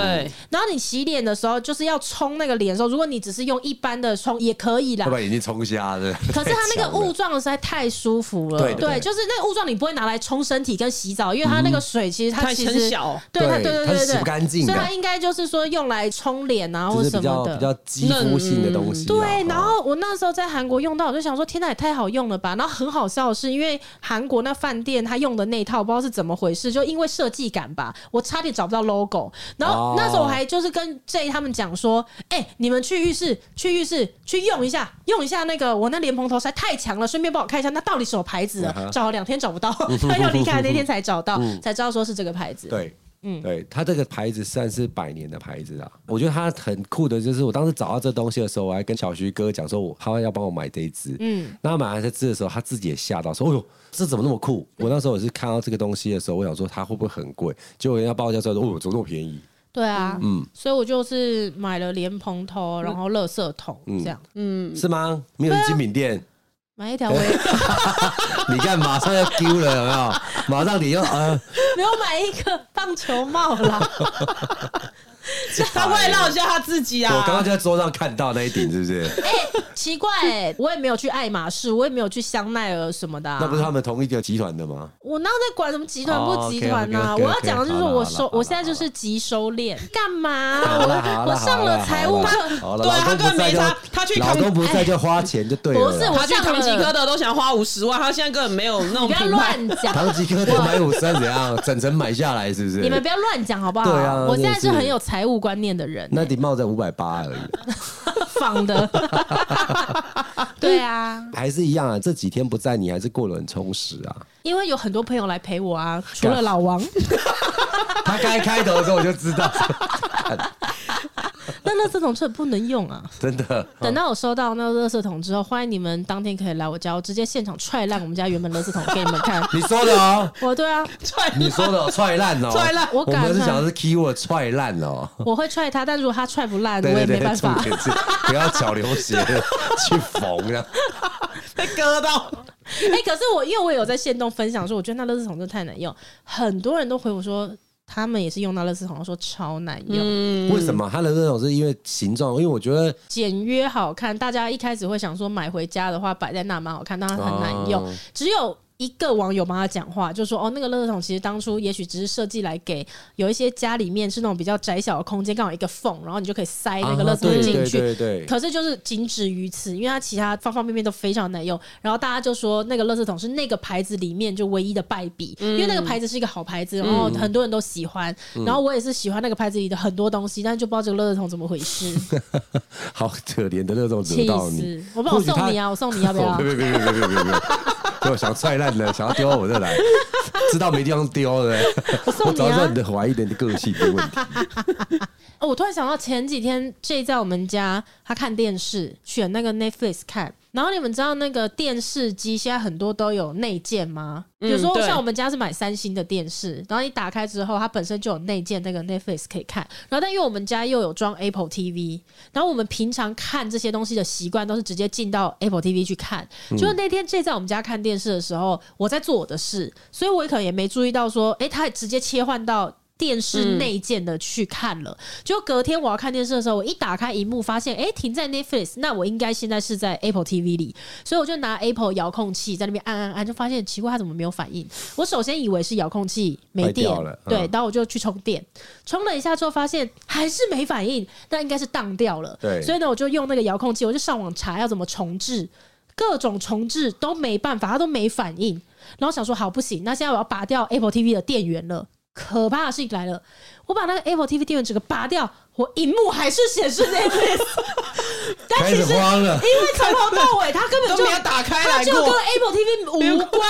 [SPEAKER 1] 然后你洗脸的时候，就是要冲那个脸的时候，如果你只是用一般的冲也可以啦
[SPEAKER 2] 会，把眼睛冲瞎的。
[SPEAKER 1] 可是它那个雾状实在太舒服了，
[SPEAKER 2] 对对对
[SPEAKER 1] 就是那个雾状你不会拿来冲身体跟洗澡，因为它那个水其实它
[SPEAKER 3] 太
[SPEAKER 1] 其
[SPEAKER 3] 很
[SPEAKER 1] 实
[SPEAKER 3] 小，
[SPEAKER 1] 对它
[SPEAKER 2] 对
[SPEAKER 1] 对对
[SPEAKER 2] 它
[SPEAKER 1] 对
[SPEAKER 2] 是
[SPEAKER 1] 对，
[SPEAKER 2] 洗不干净的
[SPEAKER 1] 所以它应该就是说用来冲脸啊
[SPEAKER 2] 就
[SPEAKER 1] 或
[SPEAKER 2] 是
[SPEAKER 1] 什
[SPEAKER 2] 比
[SPEAKER 1] 么
[SPEAKER 2] 较比
[SPEAKER 1] 的。嗯
[SPEAKER 2] 较肌肤性的东西啊。
[SPEAKER 1] 对，
[SPEAKER 2] 哈
[SPEAKER 1] 然后我那时候在韩国用到，我就想说，天哪，也太好用了吧！然后很好笑的是，因为韩国那饭店他用的那套，不知道是怎么回事，就因为设计感吧，我差点找不到 logo。然后
[SPEAKER 2] 哦
[SPEAKER 1] 那时候我还就是跟 J 他们讲说，哎、你们去浴室，去浴室，去用一下，用一下那个我那莲蓬头实在太强了，顺便帮我看一下那到底什么牌子
[SPEAKER 2] 啊哈
[SPEAKER 1] 的，找了两天找不到，他要离开的那天才
[SPEAKER 2] (laughs)
[SPEAKER 1] 找到，才知道说是这个牌子。
[SPEAKER 2] 对，嗯，对，它这个牌子算是百年的牌子啦。啊我觉得它很酷的，就是我当时找到这东西的时候，我还跟小徐哥讲说，我他要帮我买这一支。嗯，那他买完这支的时候，他自己也吓到，说：“哎呦，这怎么那么酷？”我那时候也是看到这个东西的时候，我想说它会不会很贵？结果人家报价说：“哦，怎么那么便宜
[SPEAKER 1] 对啊，嗯，所以我就是买了莲蓬头，然后垃圾桶
[SPEAKER 2] 嗯
[SPEAKER 1] 这样。？”
[SPEAKER 2] 是吗？没有精品店，
[SPEAKER 1] 嗯买一条围，没
[SPEAKER 2] 你看马上要丢了，有没有？马上你又呃，
[SPEAKER 1] 有买一个棒球帽啦。
[SPEAKER 2] (laughs)
[SPEAKER 3] 他会绕一下他自己啊。
[SPEAKER 2] 我刚刚就在桌上看到那一顶，是不是？
[SPEAKER 1] 哎、奇怪、欸，我也没有去爱马仕，我也没有去香奈儿什么的、啊。
[SPEAKER 2] 那不是他们同一个集团的吗？
[SPEAKER 1] 我哪有在管什么集团
[SPEAKER 2] 哦
[SPEAKER 1] 不集团呢、
[SPEAKER 2] OK，OK，OK，
[SPEAKER 1] 我要讲的就是
[SPEAKER 2] 好啦
[SPEAKER 1] 我
[SPEAKER 2] 好
[SPEAKER 1] 收
[SPEAKER 2] 啦好，啦
[SPEAKER 1] 我现在就是极收敛。干嘛、(laughs)
[SPEAKER 2] 好啦好
[SPEAKER 1] 我
[SPEAKER 2] 啦
[SPEAKER 1] 我上了财务课，
[SPEAKER 2] 好了，
[SPEAKER 3] 对
[SPEAKER 2] 老
[SPEAKER 3] 他
[SPEAKER 2] 公
[SPEAKER 3] 根
[SPEAKER 2] 不
[SPEAKER 3] 本
[SPEAKER 2] 在
[SPEAKER 3] 没
[SPEAKER 2] 就
[SPEAKER 3] 差他去
[SPEAKER 2] 老
[SPEAKER 3] 康
[SPEAKER 2] 公不在就花钱就对了啦。
[SPEAKER 1] 不是我
[SPEAKER 3] 他去
[SPEAKER 1] 上
[SPEAKER 3] 唐吉
[SPEAKER 1] 了
[SPEAKER 3] 诃德都想花五十万，他现在根本没有那种
[SPEAKER 1] 不要
[SPEAKER 3] 品牌。
[SPEAKER 1] 乱
[SPEAKER 2] 唐
[SPEAKER 1] 讲，
[SPEAKER 2] 吉诃德买五三怎样？整层买下来是不是？
[SPEAKER 1] 你们不要乱讲好不好？
[SPEAKER 2] 对啊
[SPEAKER 1] 我现在
[SPEAKER 2] 真
[SPEAKER 1] 是
[SPEAKER 2] 的是
[SPEAKER 1] 很有财务观念的人、
[SPEAKER 2] 那顶帽在五百八而已，
[SPEAKER 1] 仿
[SPEAKER 2] (laughs)
[SPEAKER 1] 的。对啊，
[SPEAKER 2] 还是一样啊。这几天不在，你还是过得很充实啊。
[SPEAKER 1] 因为有很多朋友来陪我啊，除
[SPEAKER 2] (laughs)
[SPEAKER 1] 了老王。
[SPEAKER 2] 他该开头的时候我就知道，
[SPEAKER 1] 那那这种车不能用啊！
[SPEAKER 2] 真的。。
[SPEAKER 1] 等到我收到那个垃圾桶之后，欢迎你们当天可以来我家，我直接现场踹烂我们家原本垃圾桶给你们看
[SPEAKER 2] (laughs) 你说的哦，
[SPEAKER 1] 我对
[SPEAKER 2] (laughs)
[SPEAKER 1] 啊，
[SPEAKER 3] (laughs) 踹
[SPEAKER 2] 你说的哦踹烂哦，
[SPEAKER 3] (laughs) 踹
[SPEAKER 1] (laughs)
[SPEAKER 3] 烂
[SPEAKER 1] 我
[SPEAKER 2] 我
[SPEAKER 1] 敢
[SPEAKER 2] 们是
[SPEAKER 1] 啊
[SPEAKER 2] 想的是 keyword 踹烂哦。
[SPEAKER 1] 我会踹他，但如果他踹不
[SPEAKER 2] (laughs)
[SPEAKER 1] 烂，
[SPEAKER 2] 对
[SPEAKER 1] 我
[SPEAKER 2] 对
[SPEAKER 1] 也
[SPEAKER 2] 对，
[SPEAKER 1] 啊没办法
[SPEAKER 2] 重。
[SPEAKER 1] (laughs)
[SPEAKER 2] 点是不要脚流血 (laughs) 去缝啊。
[SPEAKER 3] 被割到，
[SPEAKER 1] 哎、可是我因为我有在线动分享说，我觉得那垃圾桶真的太难用，很多人都回我说。他们也是用到垃圾桶，说超难用，
[SPEAKER 2] 为什么他的那种是因为形状？因为我觉得
[SPEAKER 1] 简约好看。大家一开始会想说买回家的话摆在那蛮好看，但它很难用。
[SPEAKER 2] 哦
[SPEAKER 1] 只有一个网友帮他讲话，就说：“哦，那个垃圾桶其实当初也许只是设计来给有一些家里面是那种比较窄小的空间，刚好一个缝，然后你就可以塞哎那个垃圾
[SPEAKER 2] 啊
[SPEAKER 1] 桶进
[SPEAKER 2] 对
[SPEAKER 1] 去。
[SPEAKER 2] 对对对，
[SPEAKER 1] 可是就是仅止于此，因为它其他方方面面都非常难用。然后大家就说那个垃圾桶是那个牌子里面就唯一的败笔，
[SPEAKER 2] 嗯
[SPEAKER 1] 因为那个牌子是一个好牌子，然后很多人都喜欢。然后我也是喜欢那个牌子里的很多东西，但是就不知道这个垃圾桶怎么回事，
[SPEAKER 2] (laughs) 好可怜的那种惹
[SPEAKER 1] 气
[SPEAKER 2] 到你
[SPEAKER 1] 死。！我帮我
[SPEAKER 2] 或许他
[SPEAKER 1] 送你
[SPEAKER 2] (laughs)
[SPEAKER 1] 啊，我送你要不要
[SPEAKER 2] 哦？别别别别别别 (laughs) 别！给我想踹烂了，想要丢到我这来， (laughs) 知道没地方丢了。
[SPEAKER 1] 我 (laughs) 送你啊
[SPEAKER 2] 我早知道你的怀疑的个性的问题，
[SPEAKER 1] 哦，我突然想到前几天 J 在我们家，他看电视，选那个 Netflix 看。然后你们知道那个电视机现在很多都有内建吗？比如说
[SPEAKER 3] 对
[SPEAKER 1] 像我们家是买三星的电视，然后你打开之后，它本身就有内建那个 Netflix 可以看。然后但因为我们家又有装 Apple TV，然后我们平常看这些东西的习惯都是直接进到 Apple TV 去看。就是那天 J 在我们家看电视的时候，我在做我的事，所以我也可能也没注意到说，诶，他直接切换到电视
[SPEAKER 2] 嗯
[SPEAKER 1] 内建的去看了。就隔天我要看电视的时候，我一打开荧幕，发现诶停在 Netflix，那我应该现在是在 Apple TV 里，所以我就拿 Apple 遥控器在那边按按按，就发现奇怪，它怎么没有反应？我首先以为是遥控器没电
[SPEAKER 2] 坏掉了，嗯
[SPEAKER 1] 对，然后我就去充电，充了一下之后发现还是没反应，那应该是当掉了。
[SPEAKER 2] 对
[SPEAKER 1] 所以呢，我就用那个遥控器，我就上网查要怎么重置，各种重置都没办法，它都没反应。然后想说好不行，那现在我要拔掉 Apple TV 的电源了。可怕的事情来了，我把那个 Apple TV 电源整个拔掉，我荧幕还是显示 Netflix，但其
[SPEAKER 2] 开
[SPEAKER 1] 实
[SPEAKER 2] 始慌了
[SPEAKER 1] 因为从头到尾他根 (laughs) 本就
[SPEAKER 3] 都没有打开来
[SPEAKER 1] 它就
[SPEAKER 3] 过
[SPEAKER 1] 跟 Apple TV 无关。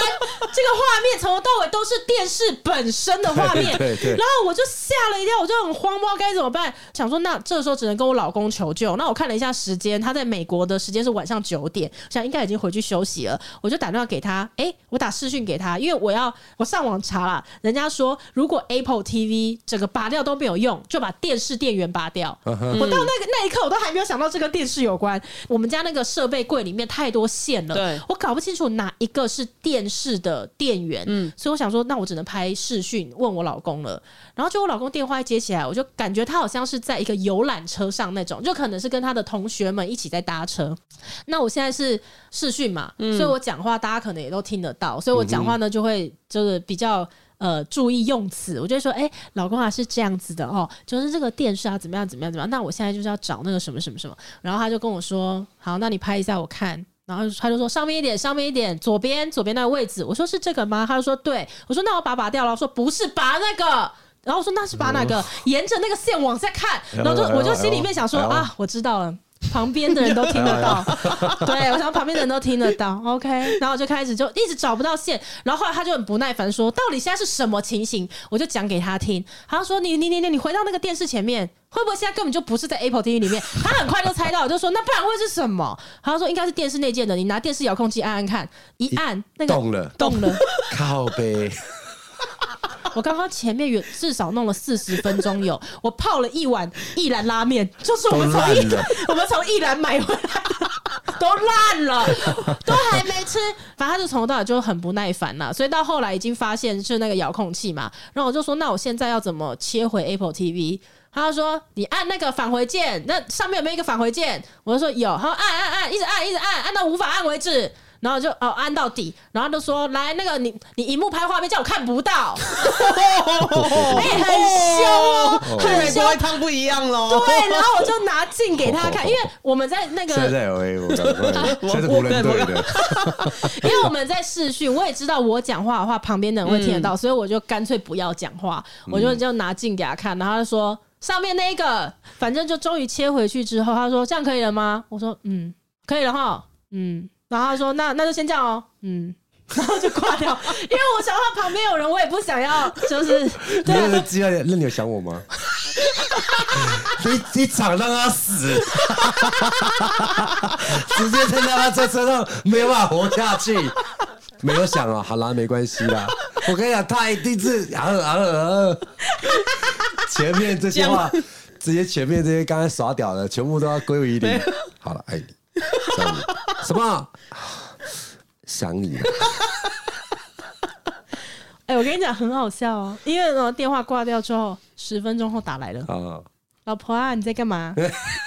[SPEAKER 1] 这个画面从头到尾都是电视本身的画面，
[SPEAKER 2] 对对对
[SPEAKER 1] 然后我就吓了一跳，我就很慌，不知道该怎么办，想说那这时候只能跟我老公求救。那我看了一下时间，他在美国的时间是晚上九点，想应该已经回去休息了，我就打电话给他，诶，我打视讯给他，因为我要我上网查啦，人家说如果 Apple TV 整个拔掉都没有用，就把电视电源拔掉。我到那个那一刻，我都还没有想到这跟电视有关。我们家那个设备柜里面太多线了，
[SPEAKER 3] 对
[SPEAKER 1] 我搞不清楚哪一个是电视的电源，所以我想说，那我只能拍视讯问我老公了。然后就我老公电话一接起来，我就感觉他好像是在一个游览车上那种，就可能是跟他的同学们一起在搭车。那我现在是视讯嘛，所以我讲话大家可能也都听得到，所以我讲话呢就会就是比较。呃，注意用词，我就会说，哎、老公啊，是这样子的哦，就是这个电视啊，怎么样，怎么样，怎么样。那我现在就是要找那个什么什么什么，然后他就跟我说，好，那你拍一下我看。然后他就说上面一点，上面一点，左边，左边那个位置。我说是这个吗？他就说对。我说那我把它拔掉了。我说不是拔那个。然后我说那是拔哪个？
[SPEAKER 2] (laughs)
[SPEAKER 1] 沿着那个线往下看。然后就
[SPEAKER 2] 哎呦
[SPEAKER 1] 我就心里面想说
[SPEAKER 2] 哎呦
[SPEAKER 1] 啊，我知道了。旁边的人都听得
[SPEAKER 2] 哎
[SPEAKER 1] 到，对我想旁边的人都听得到，OK，然后我就开始就一直找不到线，然后后来他就很不耐烦说，到底现在是什么情形？我就讲给他听，他说你你你你你回到那个电视前面，会不会现在根本就不是在 Apple TV 里面？他很快就猜到，我就说那不然会是什么？他说应该是电视内建的，你拿电视遥控器按按看，一按那个
[SPEAKER 2] 动了
[SPEAKER 1] 动了，
[SPEAKER 2] 靠呗，
[SPEAKER 1] 我刚刚前面有至少弄了四十分钟有，我泡了一碗一兰拉面，就是我们从一
[SPEAKER 2] 都
[SPEAKER 1] (laughs)
[SPEAKER 2] 烂了
[SPEAKER 1] 我们从一兰买回来的。 (laughs) 都烂了，都还没吃，反正他就从头到尾就很不耐烦啦，所以到后来已经发现是那个遥控器嘛，然后我就说，那我现在要怎么切回 Apple TV？他就说你按那个返回键，那上面有没有一个返回键？我就说有，他说按按按，一直按一直按，按到无法按为止，然后我就哦按到底，然后就说来那个你你荧幕拍画面，叫我看不到，哎、很凶哦，
[SPEAKER 3] 去
[SPEAKER 1] 很
[SPEAKER 3] 美
[SPEAKER 1] 凶
[SPEAKER 3] 国。一趟不一样喽。
[SPEAKER 1] 对，然后我就拿镜给他看，因为我们在那
[SPEAKER 2] 现在
[SPEAKER 1] 个，
[SPEAKER 2] 在 L A，我
[SPEAKER 1] (laughs)
[SPEAKER 2] 赶快，现在是湖人队的，
[SPEAKER 1] 因为我们在视讯，我也知道我讲话的话，旁边的人会听得到，所以我就干脆不要讲话，我就就拿镜给他看，然后他就说上面那一个，反正就终于切回去之后，他说这样可以了吗？我说嗯，可以了哈，嗯，然后他说那那就先这样哦，嗯。 (laughs) 然后就挂掉，因为我想到旁边有人，我也不想要，就是
[SPEAKER 2] (laughs) 你
[SPEAKER 1] 对啊
[SPEAKER 2] 那个鸡蛋，那你有想我吗？ (laughs) 你你场让他死， (laughs) 直接在他在车上没有办法活下去。没有想啊，好啦，没关系啦。我跟你讲，他一定是啊啊啊！前面这些话，这些前面这些刚才耍屌的，全部都要归于你。好了，爱你，想你，什么？ (sighs) 啊想你了。啊
[SPEAKER 1] 哎、我跟你讲很好笑哦，因为呢电话挂掉之后，十分钟后打来了，
[SPEAKER 2] 啊，
[SPEAKER 1] 老婆啊，你在干嘛？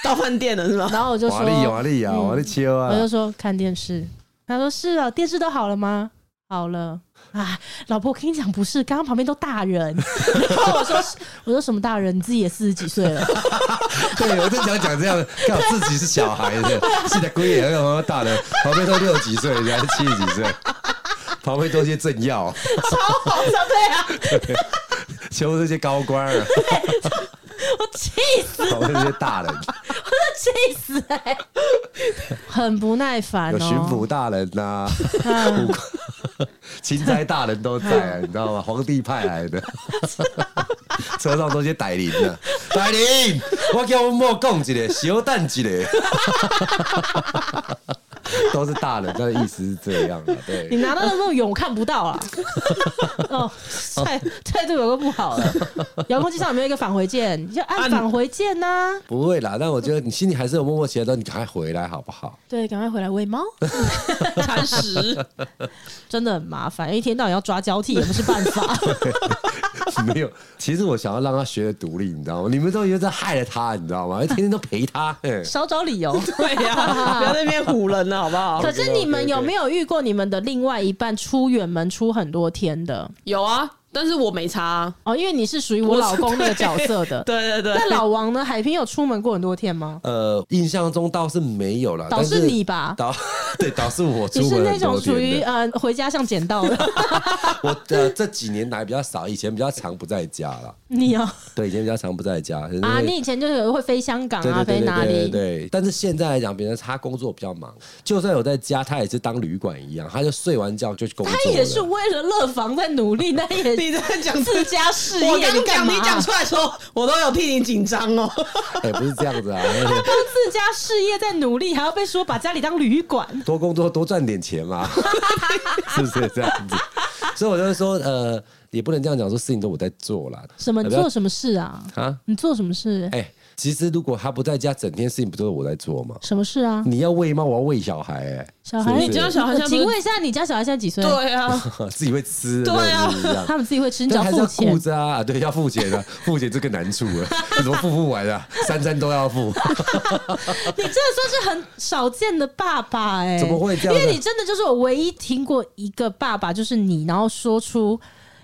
[SPEAKER 3] 到饭店了是
[SPEAKER 1] (laughs)
[SPEAKER 3] 吗？
[SPEAKER 1] 然后我就说，嗯
[SPEAKER 2] 瓦力瓦力啊，瓦力切啊
[SPEAKER 1] 我！就说看电视。他说是啊，电视都好了吗？好了。啊，老婆，我跟你讲，不是，刚刚旁边都大人。 (laughs) 然后我说，我说什么大人？你自己也四十几岁了。 (laughs)
[SPEAKER 2] (laughs) 对，我正想讲这样的，看我自己是小孩的，自己的闺也要那么大的，旁边都六十几岁，人家七十几岁，旁边都一些政要，
[SPEAKER 1] 超好笑，对啊，
[SPEAKER 2] (laughs) 全部都是一些高官儿，
[SPEAKER 1] 我气死，
[SPEAKER 2] 旁边都是一些大人，
[SPEAKER 1] 我都气死、欸， (laughs) 很不耐烦
[SPEAKER 2] 有巡
[SPEAKER 1] 哦
[SPEAKER 2] 抚。大人呐、
[SPEAKER 1] 嗯
[SPEAKER 2] (laughs) 钦差大人都在、啊你知道吗？皇帝派来的，车上都是一些歹灵的、啊，歹灵，我叫我莫讲一个，小蛋一个， (laughs) 都是大人，他的意思是这样的、对。
[SPEAKER 1] 你拿到的那么远，我看不到啊。 (laughs) 哦，态态度有个不好了。遥控器上有没有一个返回键？你就按返回键啊呐、
[SPEAKER 2] 不会啦，但我觉得你心里还是有默默祈祷，说你赶快回来好不好？ (laughs)
[SPEAKER 1] 对，赶快回来喂猫，
[SPEAKER 3] 餐食
[SPEAKER 1] (laughs) 真的很麻烦，一天到晚要抓交替也不是办法。 (laughs)
[SPEAKER 2] 没有，其实我想要让他学的独立，你知道吗？你们都觉得在害了他，你知道吗？天天都陪他，嘿
[SPEAKER 1] 少找理由。
[SPEAKER 3] (laughs) 对呀、不要在那边唬人了好不好
[SPEAKER 1] 可？是你们有没有遇过你们的另外一半出远门出很多天的？
[SPEAKER 3] 有啊，但是我没差啊、
[SPEAKER 1] 哦，因为你是属于我老公那个角色
[SPEAKER 2] (laughs)
[SPEAKER 1] (laughs) 的。
[SPEAKER 3] 对对对，
[SPEAKER 1] 那老王呢？海平有出门过很多天吗？
[SPEAKER 2] 呃，印象中倒是没有啦，
[SPEAKER 1] 倒
[SPEAKER 2] 但
[SPEAKER 1] 是
[SPEAKER 2] 是
[SPEAKER 1] 你吧
[SPEAKER 2] 倒 (laughs) 对，倒是我出
[SPEAKER 1] 你是
[SPEAKER 2] 门
[SPEAKER 1] 那
[SPEAKER 2] 很
[SPEAKER 1] 种
[SPEAKER 2] 多
[SPEAKER 1] 属于
[SPEAKER 2] 天的。
[SPEAKER 1] 呃回家像捡到的
[SPEAKER 2] (laughs) 我呃这几年来比较少，以前比较常不在家啦。
[SPEAKER 1] 你哦
[SPEAKER 2] 对，以前比较常不在家。可是
[SPEAKER 1] 啊！你以前就是会飞香港
[SPEAKER 2] 对
[SPEAKER 1] 啊，
[SPEAKER 2] 嗯对对
[SPEAKER 1] 飞
[SPEAKER 2] 对
[SPEAKER 1] 哪
[SPEAKER 2] 对对
[SPEAKER 1] 里？
[SPEAKER 2] 对，但是现在来讲，别人他工作比较忙，就算有在家，他也是当旅馆一样，他就睡完觉就去工作了。
[SPEAKER 1] 他也是为了乐房在努力，那也
[SPEAKER 3] 你在讲
[SPEAKER 1] 自家事业，
[SPEAKER 3] 我刚
[SPEAKER 1] 你干
[SPEAKER 3] 讲
[SPEAKER 1] 嘛
[SPEAKER 3] 你讲出来的
[SPEAKER 1] (laughs)
[SPEAKER 3] 时候，我都有替你紧张哦。
[SPEAKER 2] 哎、不是这样子啊，
[SPEAKER 1] 帮自家事业在努力，还要被说把家里当旅馆。
[SPEAKER 2] 多工作多赚点钱嘛， (laughs) 是不是这样子？所以我就会说，呃，也不能这样讲，说事情都我在做啦。
[SPEAKER 1] 什么？
[SPEAKER 2] 呃
[SPEAKER 1] 你
[SPEAKER 2] 不要
[SPEAKER 1] 做什么事啊？
[SPEAKER 2] 啊？
[SPEAKER 1] 你做什么事？
[SPEAKER 2] 哎、其实如果他不在家，整天事情不都是我在做吗？
[SPEAKER 1] 什么事啊？
[SPEAKER 2] 你要喂猫，我要喂小孩、哎，
[SPEAKER 1] 小孩，
[SPEAKER 2] 是不
[SPEAKER 3] 你家小孩现在不是
[SPEAKER 1] 请问一下，你家小孩现在几岁？
[SPEAKER 3] 对啊，
[SPEAKER 2] 是 (laughs) 自己会吃，
[SPEAKER 3] 对啊
[SPEAKER 2] 那是不是一样
[SPEAKER 1] 他们自己会吃， (laughs) 你只
[SPEAKER 2] 但还是
[SPEAKER 1] 付
[SPEAKER 2] 要
[SPEAKER 1] 钱。
[SPEAKER 2] 顾着啊，啊对，要付钱啊，付钱这个难处了，怎么付不完啊？三餐都要付，
[SPEAKER 1] 你真的算是很少见的爸爸哎、
[SPEAKER 2] 怎么会这样呢
[SPEAKER 1] 因为你真的就是我唯一听过一个爸爸，就是你，然后说出。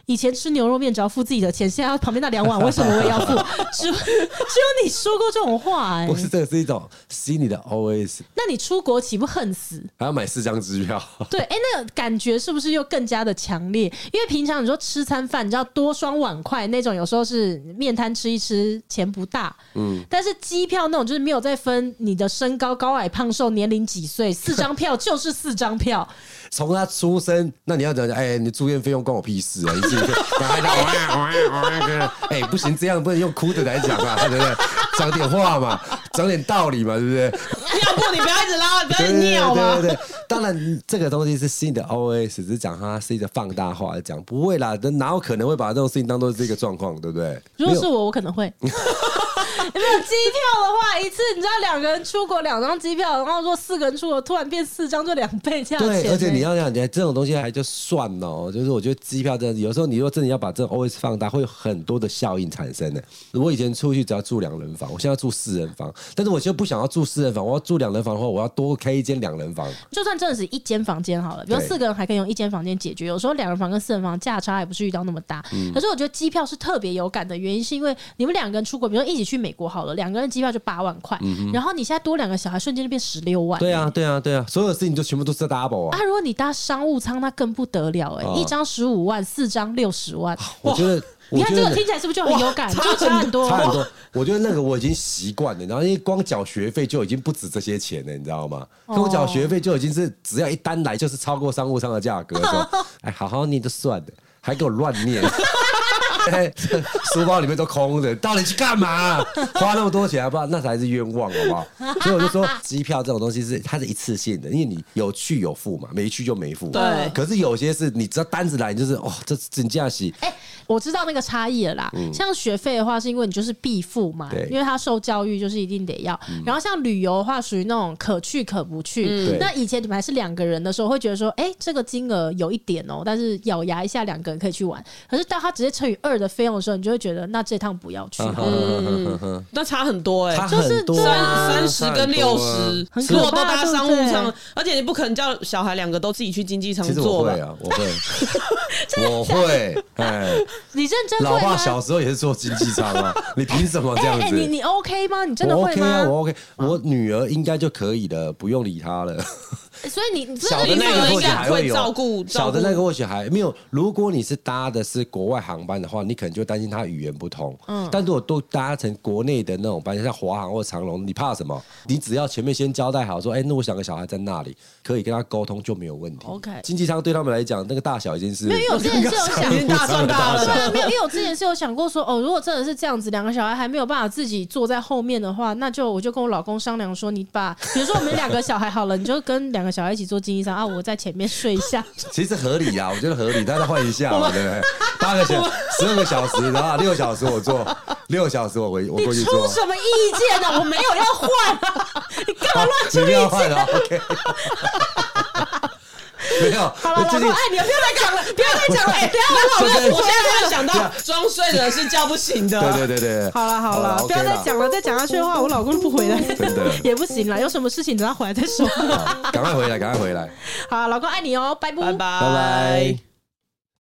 [SPEAKER 1] 以前吃牛肉面只要付自己的钱，现在旁边那
[SPEAKER 2] (laughs)
[SPEAKER 1] 两碗为什么我也要付？只有只有你说过这种话 (laughs) 哎、
[SPEAKER 2] 不是这个是一种心里的 OS，
[SPEAKER 1] 那你出国岂不恨死？
[SPEAKER 2] 还要买四张支票，
[SPEAKER 1] 对，哎、那个感觉是不是又更加的强烈？因为平常你说吃餐饭，你知道多双碗筷那种，有时候是面摊吃一吃，钱不大，嗯，但是机票那种就是没有再分你的身高、高矮、胖瘦、年龄几
[SPEAKER 2] (laughs)
[SPEAKER 1] 岁，四张票就是四张票，
[SPEAKER 2] 从他出生，那你要讲讲，哎、你住院费用关我屁事啊！你自己就然后还在哇哇哇跟人，哎、不行，这样不能用哭的来讲嘛，对不对？讲点话嘛，讲点道理嘛，对不对？
[SPEAKER 3] (laughs) 要不你不要一直拉，
[SPEAKER 1] (laughs)
[SPEAKER 3] 不要
[SPEAKER 2] 对
[SPEAKER 3] 一直
[SPEAKER 2] 对
[SPEAKER 3] 尿啊嘛
[SPEAKER 2] 对。对对，当然这个东西是新的 OS，只是讲它是一个放大化的讲，不会啦，哪有可能会把这种事情当做是一个状况，对不对？
[SPEAKER 1] 如果
[SPEAKER 2] 没有
[SPEAKER 1] 是我，我可能
[SPEAKER 2] (laughs)
[SPEAKER 1] 会。没有机票的话，一次你知道两个人出国两张机票，然后如果四个人出国，突然变四张就两倍价钱、
[SPEAKER 2] 对，而且
[SPEAKER 1] 哎
[SPEAKER 2] 你要讲，你这种东西还就算哦，就是我觉得机票真的，有时候你如果真的要把这种 OS 放大，会有很多的效应产生的。我以前出去只要住两人房，我现在要住四人房，但是我就不想要住四人房，我要住两人房的话，我要多开一间两人房。
[SPEAKER 1] 就算真的是一间房间好了，比如
[SPEAKER 2] 对
[SPEAKER 1] 四个人还可以用一间房间解决，有时候两人房跟四人房价差也不至于到那么大。
[SPEAKER 2] 嗯
[SPEAKER 1] 可是我觉得机票是特别有感的原因，是因为你们两个人出国，比如说一起去美国好了，两个人机票就八万块，然后你现在多两个小孩，瞬间就变十六万。
[SPEAKER 2] 嗯对啊，对啊，对啊，所有的事情就全部都是 double 啊
[SPEAKER 1] 啊，。如果你搭商务舱，那更不得了哎、
[SPEAKER 2] 哦
[SPEAKER 1] 一张十五万，四张六十万。
[SPEAKER 2] 我觉得，我
[SPEAKER 1] 你看
[SPEAKER 2] 觉
[SPEAKER 1] 这个
[SPEAKER 2] 得。
[SPEAKER 1] 听起来是不是就很有感，
[SPEAKER 3] 哇
[SPEAKER 1] 就差很多。
[SPEAKER 2] 差很多，我觉得那个我已经习惯了，然后因为光缴学费就已经不止这些钱了，你知道吗？光缴学费就已经是只要一单来就是超过商务舱的价格的时候，哎，好好念就算了，还给我乱念。 (laughs) 哎这书包里面都空的，到底去干嘛？花那么多钱，好不好？那才是冤枉，好不好？所以我就说，机票这种东西是它是一次性的，因为你有去有付嘛，没去就没付。
[SPEAKER 3] 对
[SPEAKER 2] 可是有些是你只要单子来，你就是哦，这真假洗，
[SPEAKER 1] 哎、我知道那个差异了啦。像学费的话，是因为你就是必付嘛
[SPEAKER 2] 嗯对，嗯
[SPEAKER 1] 因为他受教育就是一定得要。然后像旅游的话，属于那种可去可不去。
[SPEAKER 2] 对
[SPEAKER 1] 那以前你们还是两个人的时候，会觉得说，哎、这个金额有一点哦、但是咬牙一下两个人可以去玩。可是当他直接乘以二的费用的时候，你就会觉得，那这趟不要去
[SPEAKER 2] 啊
[SPEAKER 1] 好了。
[SPEAKER 3] 那差很多哎、
[SPEAKER 2] 差
[SPEAKER 1] 就是
[SPEAKER 2] 很多啊，
[SPEAKER 3] 三三十跟六十
[SPEAKER 1] 很，可
[SPEAKER 3] 如果都
[SPEAKER 1] 怕
[SPEAKER 3] 搭
[SPEAKER 1] 对不
[SPEAKER 3] 商务
[SPEAKER 1] 对
[SPEAKER 3] 舱，而且你不可能叫小孩两个都自己去经济舱
[SPEAKER 2] 其实我
[SPEAKER 3] 坐吧
[SPEAKER 2] 会？啊，我会，我会，哎，
[SPEAKER 1] 你认真
[SPEAKER 2] 老
[SPEAKER 1] 会
[SPEAKER 2] 爸
[SPEAKER 1] 吗？
[SPEAKER 2] 小时候也是坐经济舱啊，你凭什么这
[SPEAKER 1] 哎、
[SPEAKER 2] 样
[SPEAKER 1] 哎你
[SPEAKER 2] 子？
[SPEAKER 1] 你 OK 吗？你真的
[SPEAKER 2] 我
[SPEAKER 1] 会
[SPEAKER 2] OK
[SPEAKER 1] 吗？
[SPEAKER 2] 啊，我 OK，我女儿应该就可以了，不用理她了。
[SPEAKER 1] 所以你真
[SPEAKER 2] 小
[SPEAKER 1] 的
[SPEAKER 2] 的那个或许还会
[SPEAKER 3] 会
[SPEAKER 2] 有
[SPEAKER 3] 照顾
[SPEAKER 2] 小的那个或许还没有。如果你是搭的是国外航班的话，你可能就担心他语言不通。嗯，但如果都搭乘国内的那种班，像华航或长龙，你怕什么？你只要前面先交代好，说，哎、那我想个小孩在那里，可以跟他沟通就没有问题。
[SPEAKER 1] OK
[SPEAKER 2] 经济舱对他们来讲，那个大小已经是
[SPEAKER 1] 没有，因为
[SPEAKER 2] (laughs)
[SPEAKER 1] 我之前是有想
[SPEAKER 3] 已经大算大了
[SPEAKER 1] 对，没有，因为我之前是有想过说，哦，如果真的是这样子，两个小孩还没有办法自己坐在后面的话，那就我就跟我老公商量说，你把，比如说我们两个小孩好了，你就跟两个小孩一起坐经济舱啊，我在前面睡一下。
[SPEAKER 2] 其实合理啊，我觉得合理，大家换一下嘛，对不对？八个小十二个小时，然后六小时我做，六小时我回我
[SPEAKER 1] 你
[SPEAKER 2] 过去
[SPEAKER 1] 出
[SPEAKER 2] 做，
[SPEAKER 1] 什么意见呢、我没有要换、啊，你干 (laughs) 嘛乱
[SPEAKER 2] 你
[SPEAKER 1] 出
[SPEAKER 2] 不
[SPEAKER 1] 意
[SPEAKER 2] 要
[SPEAKER 1] 见？
[SPEAKER 2] 换了，OK。没有，
[SPEAKER 1] 好了，
[SPEAKER 2] 我
[SPEAKER 1] 老
[SPEAKER 2] 最
[SPEAKER 1] 公，
[SPEAKER 2] 近
[SPEAKER 1] 哎，你不要再讲了，不要再讲了，哎不要
[SPEAKER 3] 我
[SPEAKER 1] 老公
[SPEAKER 3] 现在
[SPEAKER 1] 我
[SPEAKER 3] (laughs) 我
[SPEAKER 1] 现
[SPEAKER 3] 现
[SPEAKER 1] 在
[SPEAKER 3] 在突然想到，装睡的人是叫不醒的。
[SPEAKER 2] 啊对对对对，
[SPEAKER 1] 哎好了好了，不要再，讲了，再讲下去的话，我老公不回来
[SPEAKER 2] 真的
[SPEAKER 1] 也不行了。有什么事情等他回来再说。
[SPEAKER 2] OK 啦好赶快回来，赶快回来，
[SPEAKER 1] 好，老公爱你哦，拜拜
[SPEAKER 3] 拜拜
[SPEAKER 2] 拜拜。